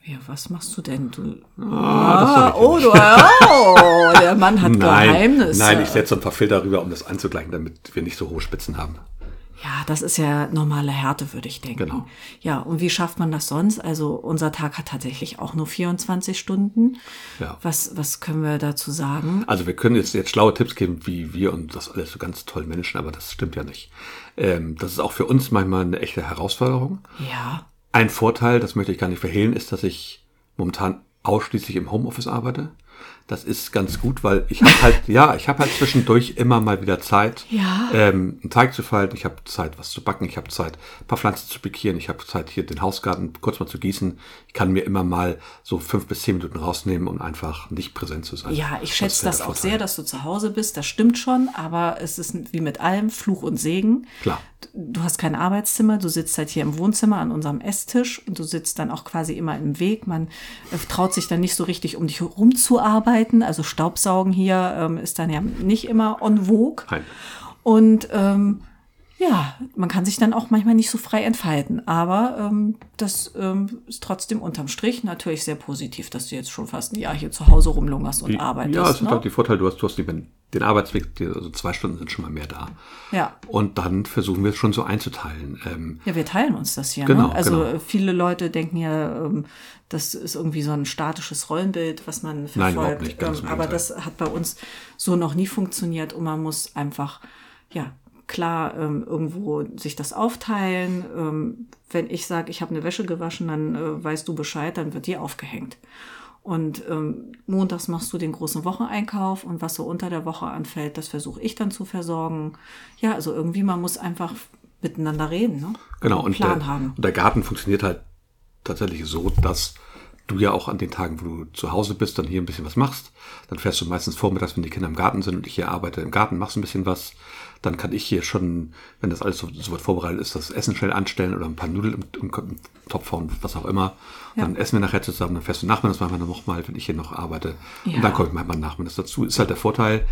Speaker 2: ja, was machst du denn? Du,
Speaker 1: das
Speaker 2: ah,
Speaker 1: sag ich dir
Speaker 2: oh, du, oh, der Mann hat
Speaker 1: Nein,
Speaker 2: Geheimnisse.
Speaker 1: nein, ich setze ein paar Filter rüber, um das anzugleichen, damit wir nicht so hohe Spitzen haben.
Speaker 2: Ja, das ist ja normale Härte, würde ich denken.
Speaker 1: Genau.
Speaker 2: Ja, und wie schafft man das sonst? Also unser Tag hat tatsächlich auch nur 24 Stunden.
Speaker 1: Ja.
Speaker 2: Was, was können wir dazu sagen?
Speaker 1: Also wir können jetzt, jetzt schlaue Tipps geben, wie wir und das alles so ganz toll Menschen, aber das stimmt ja nicht. Ähm, das ist auch für uns manchmal eine echte Herausforderung.
Speaker 2: Ja,
Speaker 1: Ein Vorteil, das möchte ich gar nicht verhehlen, ist, dass ich momentan ausschließlich im Homeoffice arbeite. Das ist ganz gut, weil ich habe halt, ja, ich habe halt zwischendurch immer mal wieder Zeit,
Speaker 2: Ja.
Speaker 1: ähm, einen Teig zu falten, ich habe Zeit, was zu backen, ich habe Zeit, ein paar Pflanzen zu pikieren, ich habe Zeit, hier den Hausgarten kurz mal zu gießen. Ich kann mir immer mal so fünf bis zehn Minuten rausnehmen, um einfach nicht präsent zu sein.
Speaker 2: ja, ich schätze
Speaker 1: wäre
Speaker 2: das,
Speaker 1: der
Speaker 2: auch
Speaker 1: Vorteil.
Speaker 2: sehr, dass du zu Hause bist. Das stimmt schon, aber es ist wie mit allem Fluch und Segen.
Speaker 1: Klar.
Speaker 2: Du hast kein Arbeitszimmer, du sitzt halt hier im Wohnzimmer an unserem Esstisch und du sitzt dann auch quasi immer im Weg. Man äh, traut sich dann nicht so richtig, um dich herumzuarbeiten. Also Staubsaugen hier ähm, ist dann ja nicht immer on vogue.
Speaker 1: Nein.
Speaker 2: Und ähm, ja, man kann sich dann auch manchmal nicht so frei entfalten. Aber ähm, das ähm, ist trotzdem unterm Strich natürlich sehr positiv, dass du jetzt schon fast ein Jahr hier zu Hause rumlungerst und
Speaker 1: Die-
Speaker 2: arbeitest.
Speaker 1: Ja, es sind
Speaker 2: ne?
Speaker 1: halt die Vorteile, du hast, du hast den, den Arbeitsweg, die, also zwei Stunden sind schon mal mehr da.
Speaker 2: Ja.
Speaker 1: Und dann versuchen wir es schon so einzuteilen. Ähm,
Speaker 2: Ja, wir teilen uns das hier.
Speaker 1: Genau,
Speaker 2: ne? Also
Speaker 1: genau.
Speaker 2: äh, viele Leute denken ja, ähm, das ist irgendwie so ein statisches Rollenbild, was man
Speaker 1: Nein,
Speaker 2: verfolgt.
Speaker 1: überhaupt nicht, ganz im
Speaker 2: ähm, aber
Speaker 1: Gegenteil.
Speaker 2: das hat bei uns so noch nie funktioniert und man muss einfach, ja, klar ähm, irgendwo sich das aufteilen. Ähm, wenn ich sage, ich habe eine Wäsche gewaschen, dann äh, weißt du Bescheid, dann wird die aufgehängt. Und ähm, montags machst du den großen Wocheneinkauf und was so unter der Woche anfällt, das versuche ich dann zu versorgen. Ja, also irgendwie, man muss einfach miteinander reden. Ne?
Speaker 1: genau.
Speaker 2: Einen
Speaker 1: Und
Speaker 2: Plan
Speaker 1: der,
Speaker 2: haben.
Speaker 1: und der Garten funktioniert halt tatsächlich so, dass du ja auch an den Tagen, wo du zu Hause bist, dann hier ein bisschen was machst. Dann fährst du meistens vormittags, wenn die Kinder im Garten sind und ich hier arbeite im Garten, machst ein bisschen was. Dann kann ich hier schon, wenn das alles so, so weit vorbereitet ist, das Essen schnell anstellen oder ein paar Nudeln im, im, im Topf hauen, was auch immer. Dann essen wir nachher zusammen, dann fährst du nachmittags manchmal nochmal, wenn ich hier noch arbeite.
Speaker 2: Ja.
Speaker 1: Und dann komme ich manchmal nachmittags dazu. Ist halt der Vorteil,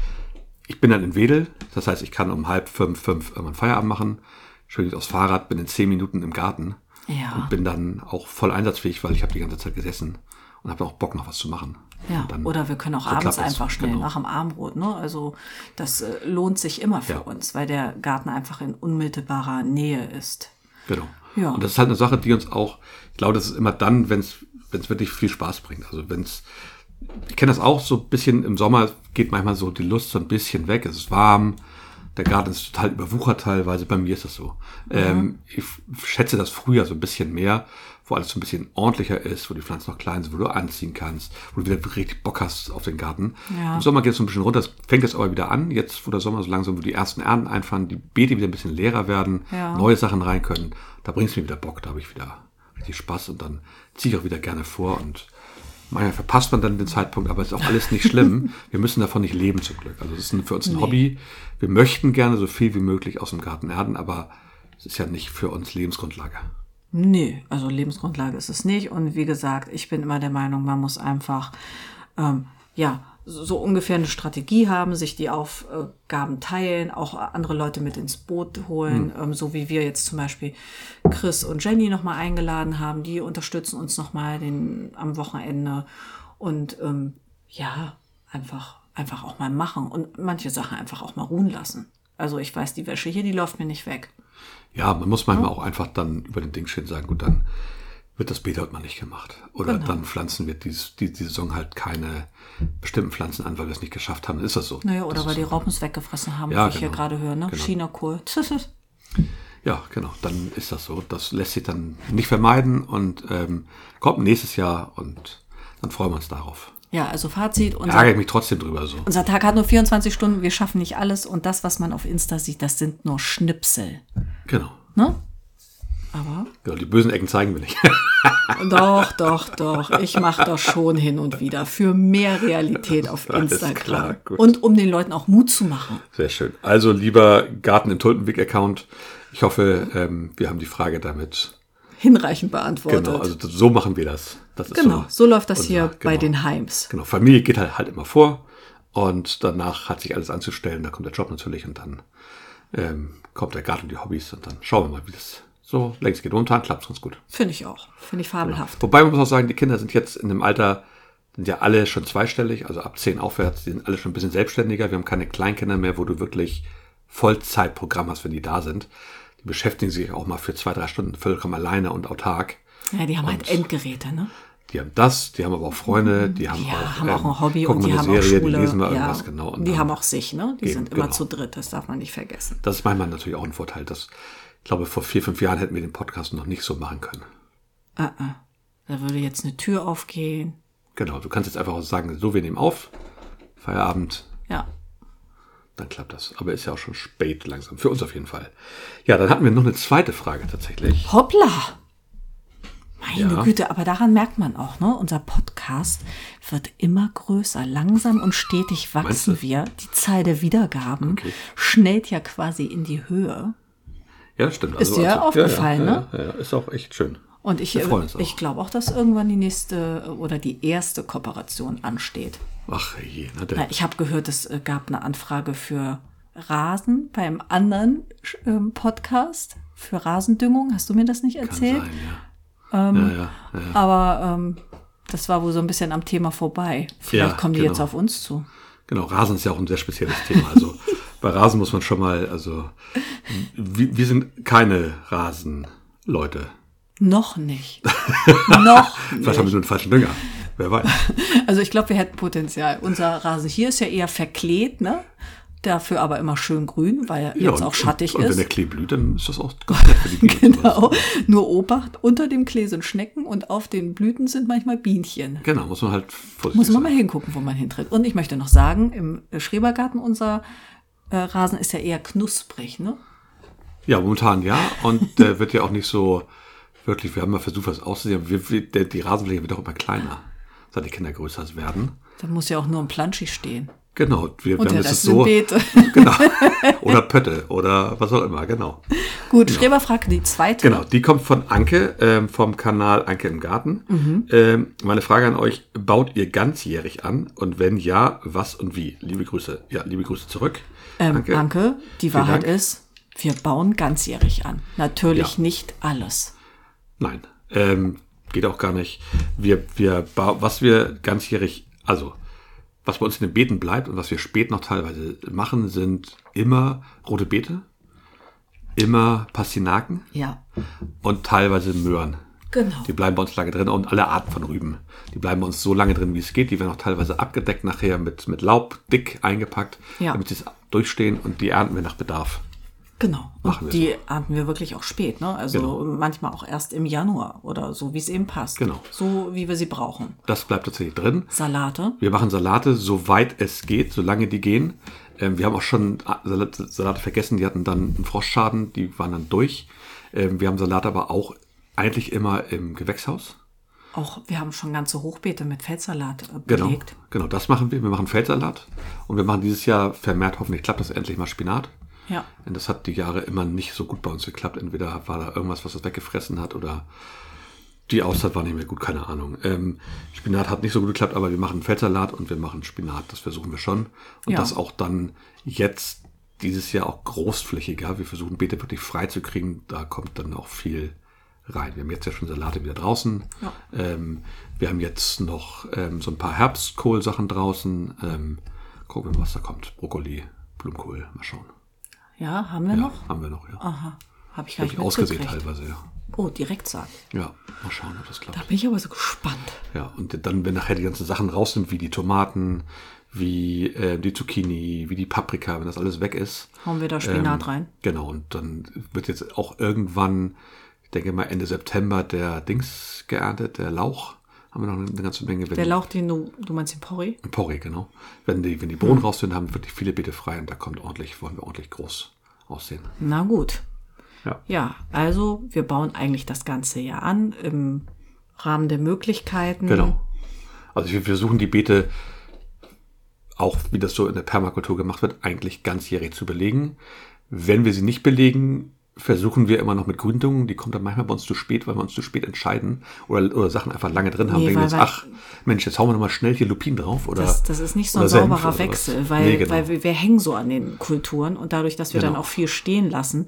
Speaker 1: ich bin dann in Wedel, das heißt, ich kann um halb fünf, fünf irgendwann Feierabend machen, schwinge aufs Fahrrad, bin in zehn Minuten im Garten
Speaker 2: Ja.
Speaker 1: und bin dann auch voll einsatzfähig, weil ich habe die ganze Zeit gesessen und habe auch Bock noch was zu machen.
Speaker 2: Ja,
Speaker 1: Und dann-
Speaker 2: oder wir können auch
Speaker 1: so
Speaker 2: abends
Speaker 1: klappt das,
Speaker 2: einfach schnell
Speaker 1: genau.
Speaker 2: nach dem Abendbrot. Ne? Also das äh, lohnt sich immer für
Speaker 1: Ja.
Speaker 2: uns, weil der Garten einfach in unmittelbarer Nähe ist.
Speaker 1: Genau.
Speaker 2: Ja.
Speaker 1: Und das ist halt eine Sache, die uns auch, ich glaube, das ist immer dann, wenn es wirklich viel Spaß bringt. Also wenn es, ich kenne das auch so ein bisschen im Sommer, geht manchmal so die Lust so ein bisschen weg, es ist warm, der Garten ist total überwuchert teilweise, bei mir ist das so. Ähm, ich schätze das früher so ein bisschen mehr, wo alles so ein bisschen ordentlicher ist, wo die Pflanzen noch klein sind, wo du anziehen kannst, wo du wieder richtig Bock hast auf den Garten.
Speaker 2: Ja.
Speaker 1: Im Sommer geht es so ein bisschen runter, es fängt jetzt aber wieder an, jetzt wo der Sommer so langsam, wo die ersten Ernten einfahren, die Beete wieder ein bisschen leerer werden,
Speaker 2: Ja.
Speaker 1: neue Sachen rein können, da bringt es mir wieder Bock, da habe ich wieder richtig Spaß und dann ziehe ich auch wieder gerne vor und manchmal verpasst man dann den Zeitpunkt, aber es ist auch alles nicht schlimm. Wir müssen davon nicht leben zum Glück. Also es ist ein- für uns ein Hobby. Wir möchten gerne so viel wie möglich aus dem Garten ernten, aber es ist ja nicht für uns Lebensgrundlage.
Speaker 2: Nee, also Lebensgrundlage ist es nicht. Und wie gesagt, ich bin immer der Meinung, man muss einfach, ähm, ja, so ungefähr eine Strategie haben, sich die Aufgaben teilen, auch andere Leute mit ins Boot holen, ähm, so wie wir jetzt zum Beispiel Chris und Jenny nochmal eingeladen haben. Die unterstützen uns nochmal den, am Wochenende. Und ähm, ja, einfach, einfach auch mal machen und manche Sachen einfach auch mal ruhen lassen. Also ich weiß, die Wäsche hier, die läuft mir nicht weg.
Speaker 1: Ja, man muss manchmal auch einfach dann über den Ding stehen sagen, gut, dann wird das Beet heute mal nicht gemacht. Oder
Speaker 2: Genau.
Speaker 1: dann pflanzen wir dies, die, die Saison halt keine bestimmten Pflanzen an, weil wir es nicht geschafft haben. Dann Ist das so?
Speaker 2: Naja, oder
Speaker 1: das
Speaker 2: weil
Speaker 1: ist
Speaker 2: die
Speaker 1: so.
Speaker 2: Raupen es weggefressen haben,
Speaker 1: Ja,
Speaker 2: wie ich hier
Speaker 1: genau.
Speaker 2: gerade höre, ne?
Speaker 1: Genau.
Speaker 2: China-Kohl.
Speaker 1: Ja, genau, dann ist das so. Das lässt sich dann nicht vermeiden und ähm, kommt nächstes Jahr und dann freuen wir uns darauf.
Speaker 2: ja, also Fazit, unser,
Speaker 1: Ärgere ich mich trotzdem drüber so.
Speaker 2: unser Tag hat nur 24 Stunden, wir schaffen nicht alles und das, was man auf Insta sieht, das sind nur Schnipsel.
Speaker 1: Genau.
Speaker 2: Ne? Aber
Speaker 1: genau. Die bösen Ecken zeigen wir nicht.
Speaker 2: doch, doch, doch. Ich mache das schon hin und wieder für mehr Realität auf
Speaker 1: Alles
Speaker 2: Instagram.
Speaker 1: klar, gut.
Speaker 2: und um den Leuten auch Mut zu machen.
Speaker 1: Sehr schön. Also, lieber Garten im Tulpenweg-Account, ich hoffe, ähm, wir haben die Frage damit.
Speaker 2: Hinreichend beantwortet.
Speaker 1: Genau,
Speaker 2: Genau,
Speaker 1: also das, so machen wir das. das ist
Speaker 2: so läuft das
Speaker 1: unser-
Speaker 2: hier bei
Speaker 1: genau.
Speaker 2: den Heims.
Speaker 1: Genau, Familie geht halt, halt immer vor und danach hat sich alles anzustellen, da kommt der Job natürlich und dann ähm, kommt der Garten und die Hobbys und dann schauen wir mal, wie das so längst geht. Momentan klappt es ganz gut.
Speaker 2: Finde ich auch. Finde ich fabelhaft.
Speaker 1: Wobei man muss auch sagen, die Kinder sind jetzt in dem Alter, sind ja alle schon zweistellig, also ab 10 aufwärts, die sind alle schon ein bisschen selbstständiger. Wir haben keine Kleinkinder mehr, wo du wirklich Vollzeitprogramm hast, wenn die da sind. Die beschäftigen sich auch mal für zwei, drei Stunden vollkommen alleine und autark.
Speaker 2: Ja, die haben halt Endgeräte, ne?
Speaker 1: Die haben das, die haben aber auch Freunde, die haben
Speaker 2: Mhm. Ja,
Speaker 1: auch,
Speaker 2: haben auch
Speaker 1: ähm,
Speaker 2: ein Hobby
Speaker 1: gucken
Speaker 2: und die
Speaker 1: eine
Speaker 2: haben
Speaker 1: Serie,
Speaker 2: auch Schule.
Speaker 1: Die lesen mal
Speaker 2: ja,
Speaker 1: irgendwas genau. und
Speaker 2: die
Speaker 1: dann-
Speaker 2: haben auch sich, ne? Die
Speaker 1: Eben,
Speaker 2: sind immer
Speaker 1: genau.
Speaker 2: zu dritt, das darf man nicht vergessen.
Speaker 1: Das ist manchmal natürlich auch ein Vorteil. Dass, ich glaube, vor vier, fünf Jahren hätten wir den Podcast noch nicht so machen können.
Speaker 2: Ah, ah. Da würde jetzt eine Tür aufgehen.
Speaker 1: Genau, du kannst jetzt einfach auch sagen, so, wir nehmen auf, Feierabend,
Speaker 2: Ja.
Speaker 1: dann klappt das. Aber ist ja auch schon spät langsam, für uns auf jeden Fall. Ja, dann hatten wir noch eine zweite Frage tatsächlich.
Speaker 2: Hoppla! Meine
Speaker 1: Ja.
Speaker 2: Güte, aber daran merkt man auch, ne? Unser Podcast wird immer größer. Langsam und stetig
Speaker 1: Meinst du?
Speaker 2: wachsen wir. Die Zahl der Wiedergaben
Speaker 1: Okay.
Speaker 2: schnellt ja quasi in die Höhe.
Speaker 1: Ja, stimmt.
Speaker 2: Ist dir
Speaker 1: ja,
Speaker 2: aufgefallen,
Speaker 1: ja,
Speaker 2: ne?
Speaker 1: Ja, ja, ist auch echt schön.
Speaker 2: Und ich, äh,
Speaker 1: Wir freuen uns auch.
Speaker 2: ich glaube auch, dass irgendwann die nächste oder die erste Kooperation ansteht.
Speaker 1: Ach je, na denn.
Speaker 2: Na, ich habe gehört, es äh, gab eine Anfrage für Rasen beim anderen Sch- ähm, Podcast für Rasendüngung. Hast du mir das nicht
Speaker 1: Kann
Speaker 2: erzählt?
Speaker 1: sein, ja. ja, ja, ja.
Speaker 2: Aber ähm, das war wohl so ein bisschen am Thema vorbei. Vielleicht
Speaker 1: Ja,
Speaker 2: kommen die
Speaker 1: genau.
Speaker 2: jetzt auf uns zu.
Speaker 1: Genau, Rasen ist ja auch ein sehr spezielles Thema. Also bei Rasen muss man schon mal, also wir, wir sind keine Rasenleute.
Speaker 2: Noch nicht.
Speaker 1: Vielleicht
Speaker 2: Noch
Speaker 1: haben wir
Speaker 2: nicht.
Speaker 1: nur einen falschen Dünger. Wer weiß.
Speaker 2: Also ich glaube, wir hätten Potenzial. Unser Rasen hier ist ja eher verklebt, ne? Dafür aber immer schön grün, weil er
Speaker 1: Ja,
Speaker 2: jetzt
Speaker 1: und-
Speaker 2: auch schattig
Speaker 1: und, Und wenn der
Speaker 2: ist.
Speaker 1: Klee blüht, dann ist das auch ganz nett für die Bienen. und sowas.
Speaker 2: Genau. Nur Obacht, unter dem Klee sind Schnecken und auf den Blüten sind manchmal Bienchen.
Speaker 1: Genau, muss man halt vorsichtig
Speaker 2: Muss man mal
Speaker 1: sein.
Speaker 2: hingucken, wo man hintritt. Und ich möchte noch sagen, im Schrebergarten unser äh, Rasen ist ja eher knusprig, ne?
Speaker 1: Ja, momentan ja. Und der wird ja auch nicht so wirklich, wir haben mal versucht, was auszusehen. aber Wir, wir, der, die Rasenfläche wird auch immer kleiner, seit die Kinder größer werden.
Speaker 2: Da muss ja auch nur ein Planschi stehen.
Speaker 1: Genau, wir,
Speaker 2: Und
Speaker 1: wir haben
Speaker 2: der
Speaker 1: das
Speaker 2: Rest
Speaker 1: ist
Speaker 2: sind
Speaker 1: so.
Speaker 2: Beete.
Speaker 1: Genau. Oder Pötte oder was auch immer, genau.
Speaker 2: Gut, Schreber fragt die zweite.
Speaker 1: Genau, die kommt von Anke ähm, vom Kanal Anke im Garten. Ähm, meine Frage an euch, baut ihr ganzjährig an? Und wenn ja, was und wie? Liebe Grüße. Ja, liebe Grüße zurück.
Speaker 2: Ähm, Anke, die Wahrheit
Speaker 1: Dank.
Speaker 2: ist, wir bauen ganzjährig an. Natürlich
Speaker 1: Ja.
Speaker 2: nicht alles.
Speaker 1: Nein, ähm, geht auch gar nicht. Wir, wir, ba- was wir ganzjährig, also was bei uns in den Beeten bleibt und was wir spät noch teilweise machen, sind immer rote Beete, immer Pastinaken
Speaker 2: Ja,
Speaker 1: und teilweise Möhren.
Speaker 2: genau.
Speaker 1: Die bleiben bei uns lange drin und alle Arten von Rüben. Die bleiben bei uns so lange drin, wie es geht. Die werden auch teilweise abgedeckt nachher mit, mit Laub, dick eingepackt,
Speaker 2: Ja.
Speaker 1: damit sie es durchstehen und die ernten wir nach Bedarf.
Speaker 2: Genau.
Speaker 1: Machen wir
Speaker 2: Und die ernten wir wirklich auch spät, ne? Also
Speaker 1: Genau.
Speaker 2: manchmal auch erst im Januar oder so, wie es eben passt.
Speaker 1: Genau.
Speaker 2: So, wie wir sie brauchen.
Speaker 1: Das bleibt tatsächlich drin.
Speaker 2: Salate.
Speaker 1: Wir machen Salate, soweit es geht, solange die gehen. Ähm, wir haben auch schon A- Salat- Salate vergessen, die hatten dann einen Frostschaden, die waren dann durch. Ähm, wir haben Salate aber auch eigentlich immer im Gewächshaus.
Speaker 2: Auch wir haben schon ganze Hochbeete mit Feldsalat äh,
Speaker 1: Genau.
Speaker 2: belegt.
Speaker 1: Genau, das machen wir. Wir machen Feldsalat und wir machen dieses Jahr vermehrt, hoffentlich klappt das endlich mal Spinat.
Speaker 2: Ja.
Speaker 1: Und das hat die Jahre immer nicht so gut bei uns geklappt. Entweder war da irgendwas, was das weggefressen hat oder die Aussaat war nicht mehr gut, keine Ahnung. Ähm, Spinat hat nicht so gut geklappt, aber wir machen Feldsalat und wir machen Spinat. Das versuchen wir schon. Und
Speaker 2: Ja.
Speaker 1: das auch dann jetzt dieses Jahr auch großflächiger. Wir versuchen Beete wirklich frei zu kriegen. Da kommt dann auch viel rein. Wir haben jetzt ja schon Salate wieder draußen.
Speaker 2: Ja.
Speaker 1: Ähm, wir haben jetzt noch ähm, so ein paar Herbstkohlsachen draußen. Ähm, gucken wir mal, was da kommt. Brokkoli, Blumenkohl, mal schauen.
Speaker 2: Ja, haben wir
Speaker 1: Ja,
Speaker 2: noch?
Speaker 1: haben wir noch, ja.
Speaker 2: Aha. Habe Ah, ich
Speaker 1: Habe
Speaker 2: gar nicht
Speaker 1: ich ausgesehen halt.
Speaker 2: mitgekriegt.
Speaker 1: teilweise, ja.
Speaker 2: Oh, direkt sagen.
Speaker 1: Ja, mal schauen, ob das
Speaker 2: Da
Speaker 1: klappt.
Speaker 2: bin ich aber so gespannt.
Speaker 1: Ja, und dann, wenn nachher die ganzen Sachen raus sind, wie die Tomaten, wie äh, die Zucchini, wie die Paprika, wenn das alles weg ist.
Speaker 2: Hauen wir da Spinat rein?
Speaker 1: Genau, und dann wird jetzt auch irgendwann, ich denke mal Ende September, der Dings geerntet, der Lauch. Haben wir noch eine, eine ganze Menge. Wenn
Speaker 2: Der Lauch, den du, du meinst den Porree?
Speaker 1: Porree, genau. Wenn die, wenn die Bohnen
Speaker 2: Hm.
Speaker 1: raus sind, haben wir wirklich viele Beete frei und da kommt ordentlich, wollen wir ordentlich groß aussehen.
Speaker 2: Na gut.
Speaker 1: Ja.
Speaker 2: Ja, also wir bauen eigentlich das ganze Jahr an im Rahmen der Möglichkeiten.
Speaker 1: Genau. Also wir versuchen die Beete, auch wie das so in der Permakultur gemacht wird, eigentlich ganzjährig zu belegen. Wenn wir sie nicht belegen, versuchen wir immer noch mit Gründungen. Die kommt dann manchmal bei uns zu spät, weil wir uns zu spät entscheiden oder, oder Sachen einfach lange drin haben.
Speaker 2: Nee,
Speaker 1: denken
Speaker 2: weil
Speaker 1: jetzt,
Speaker 2: wir-
Speaker 1: ach Mensch, jetzt hauen wir nochmal schnell hier Lupin drauf. Oder,
Speaker 2: Das, das ist nicht so ein
Speaker 1: oder Senf
Speaker 2: sauberer
Speaker 1: oder was.
Speaker 2: Wechsel, weil,
Speaker 1: Nee, genau.
Speaker 2: weil wir, wir hängen so an den Kulturen und dadurch, dass wir dann
Speaker 1: Genau.
Speaker 2: auch viel stehen lassen,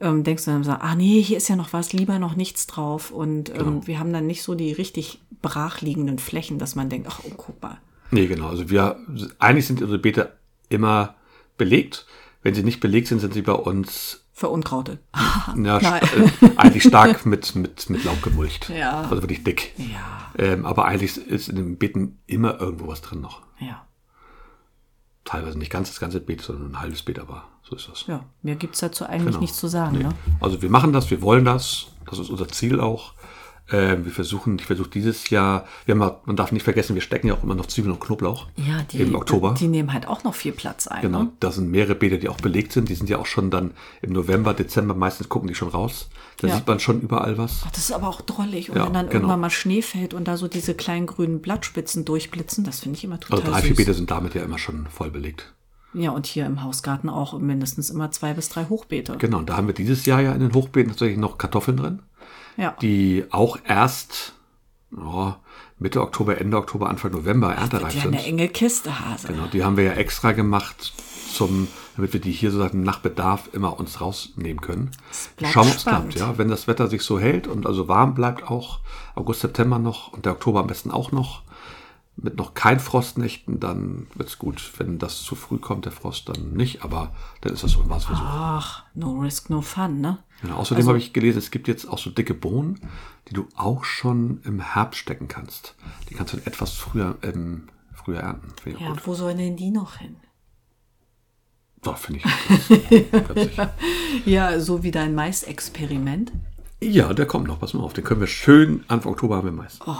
Speaker 2: ähm, denkst du dann so, ah nee, hier ist ja noch was, lieber noch nichts drauf. Und ähm,
Speaker 1: Genau.
Speaker 2: wir haben dann nicht so die richtig brachliegenden Flächen, dass man denkt, ach oh, guck mal.
Speaker 1: Nee, genau. Also wir, eigentlich sind unsere Beete immer belegt. Wenn sie nicht belegt sind, sind sie bei uns
Speaker 2: verunkrautet.
Speaker 1: Ja,
Speaker 2: Nein.
Speaker 1: sta- äh, eigentlich stark mit, mit, mit Laub gemulcht.
Speaker 2: Ja.
Speaker 1: Also wirklich dick.
Speaker 2: Ja,
Speaker 1: Ähm, aber eigentlich ist in den Beeten immer irgendwo was drin noch.
Speaker 2: ja,
Speaker 1: Teilweise nicht ganz das ganze Beet, sondern ein halbes Beet, aber so ist das.
Speaker 2: ja. Mehr gibt es dazu eigentlich
Speaker 1: Genau.
Speaker 2: nichts zu sagen.
Speaker 1: Nee.
Speaker 2: Ne?
Speaker 1: Also wir machen das, wir wollen das. Das ist unser Ziel auch. Ähm, wir versuchen, ich versuche dieses Jahr, wir haben, ja- man darf nicht vergessen, wir stecken ja auch immer noch Zwiebeln und Knoblauch
Speaker 2: Ja, die,
Speaker 1: im Oktober.
Speaker 2: die nehmen halt auch noch viel Platz ein.
Speaker 1: Genau,
Speaker 2: Ne?
Speaker 1: da sind mehrere Beete, die auch belegt sind. Die sind ja auch schon dann im November, Dezember, meistens gucken die schon raus. Da
Speaker 2: Ja.
Speaker 1: sieht man schon überall was.
Speaker 2: Ach, das ist aber auch drollig. Und
Speaker 1: Ja,
Speaker 2: wenn dann
Speaker 1: genau.
Speaker 2: irgendwann mal Schnee fällt und da so diese kleinen grünen Blattspitzen durchblitzen, das finde ich immer total
Speaker 1: Also drei,
Speaker 2: süß.
Speaker 1: vier Beete sind damit ja immer schon voll belegt.
Speaker 2: Ja, und hier im Hausgarten auch mindestens immer zwei bis drei Hochbeete.
Speaker 1: Genau, und da haben wir dieses Jahr ja in den Hochbeeten tatsächlich noch Kartoffeln drin,
Speaker 2: ja.
Speaker 1: die auch erst oh, Mitte Oktober, Ende Oktober, Anfang November
Speaker 2: Wird
Speaker 1: erntereif
Speaker 2: ja eine
Speaker 1: sind.
Speaker 2: enge Kiste, Hase.
Speaker 1: Genau, die haben wir ja extra gemacht, zum, damit wir die hier sozusagen nach Bedarf immer uns rausnehmen können.
Speaker 2: bleibt
Speaker 1: Schauen wir, ob's
Speaker 2: spannend.
Speaker 1: klappt. Ja, wenn das Wetter sich so hält und also warm bleibt auch August, September noch und der Oktober am besten auch noch, mit noch kein Frostnächten, dann wird's gut. Wenn das zu früh kommt, der Frost, dann nicht, aber dann ist das so ein Maßversuch.
Speaker 2: Ach, no risk, no fun, ne?
Speaker 1: Genau. Außerdem habe ich gelesen, es gibt jetzt auch so dicke Bohnen, die du auch schon im Herbst stecken kannst. Die kannst du dann etwas früher, ähm, früher ernten. Finde ich
Speaker 2: Ja,
Speaker 1: gut.
Speaker 2: und wo sollen denn die noch hin?
Speaker 1: So, finde ich. ganz- ganz sicher.
Speaker 2: Ja, so wie dein Mais-Experiment.
Speaker 1: ja, der kommt noch, pass mal auf. Den können wir schön Anfang Oktober haben wir Mais.
Speaker 2: Oh.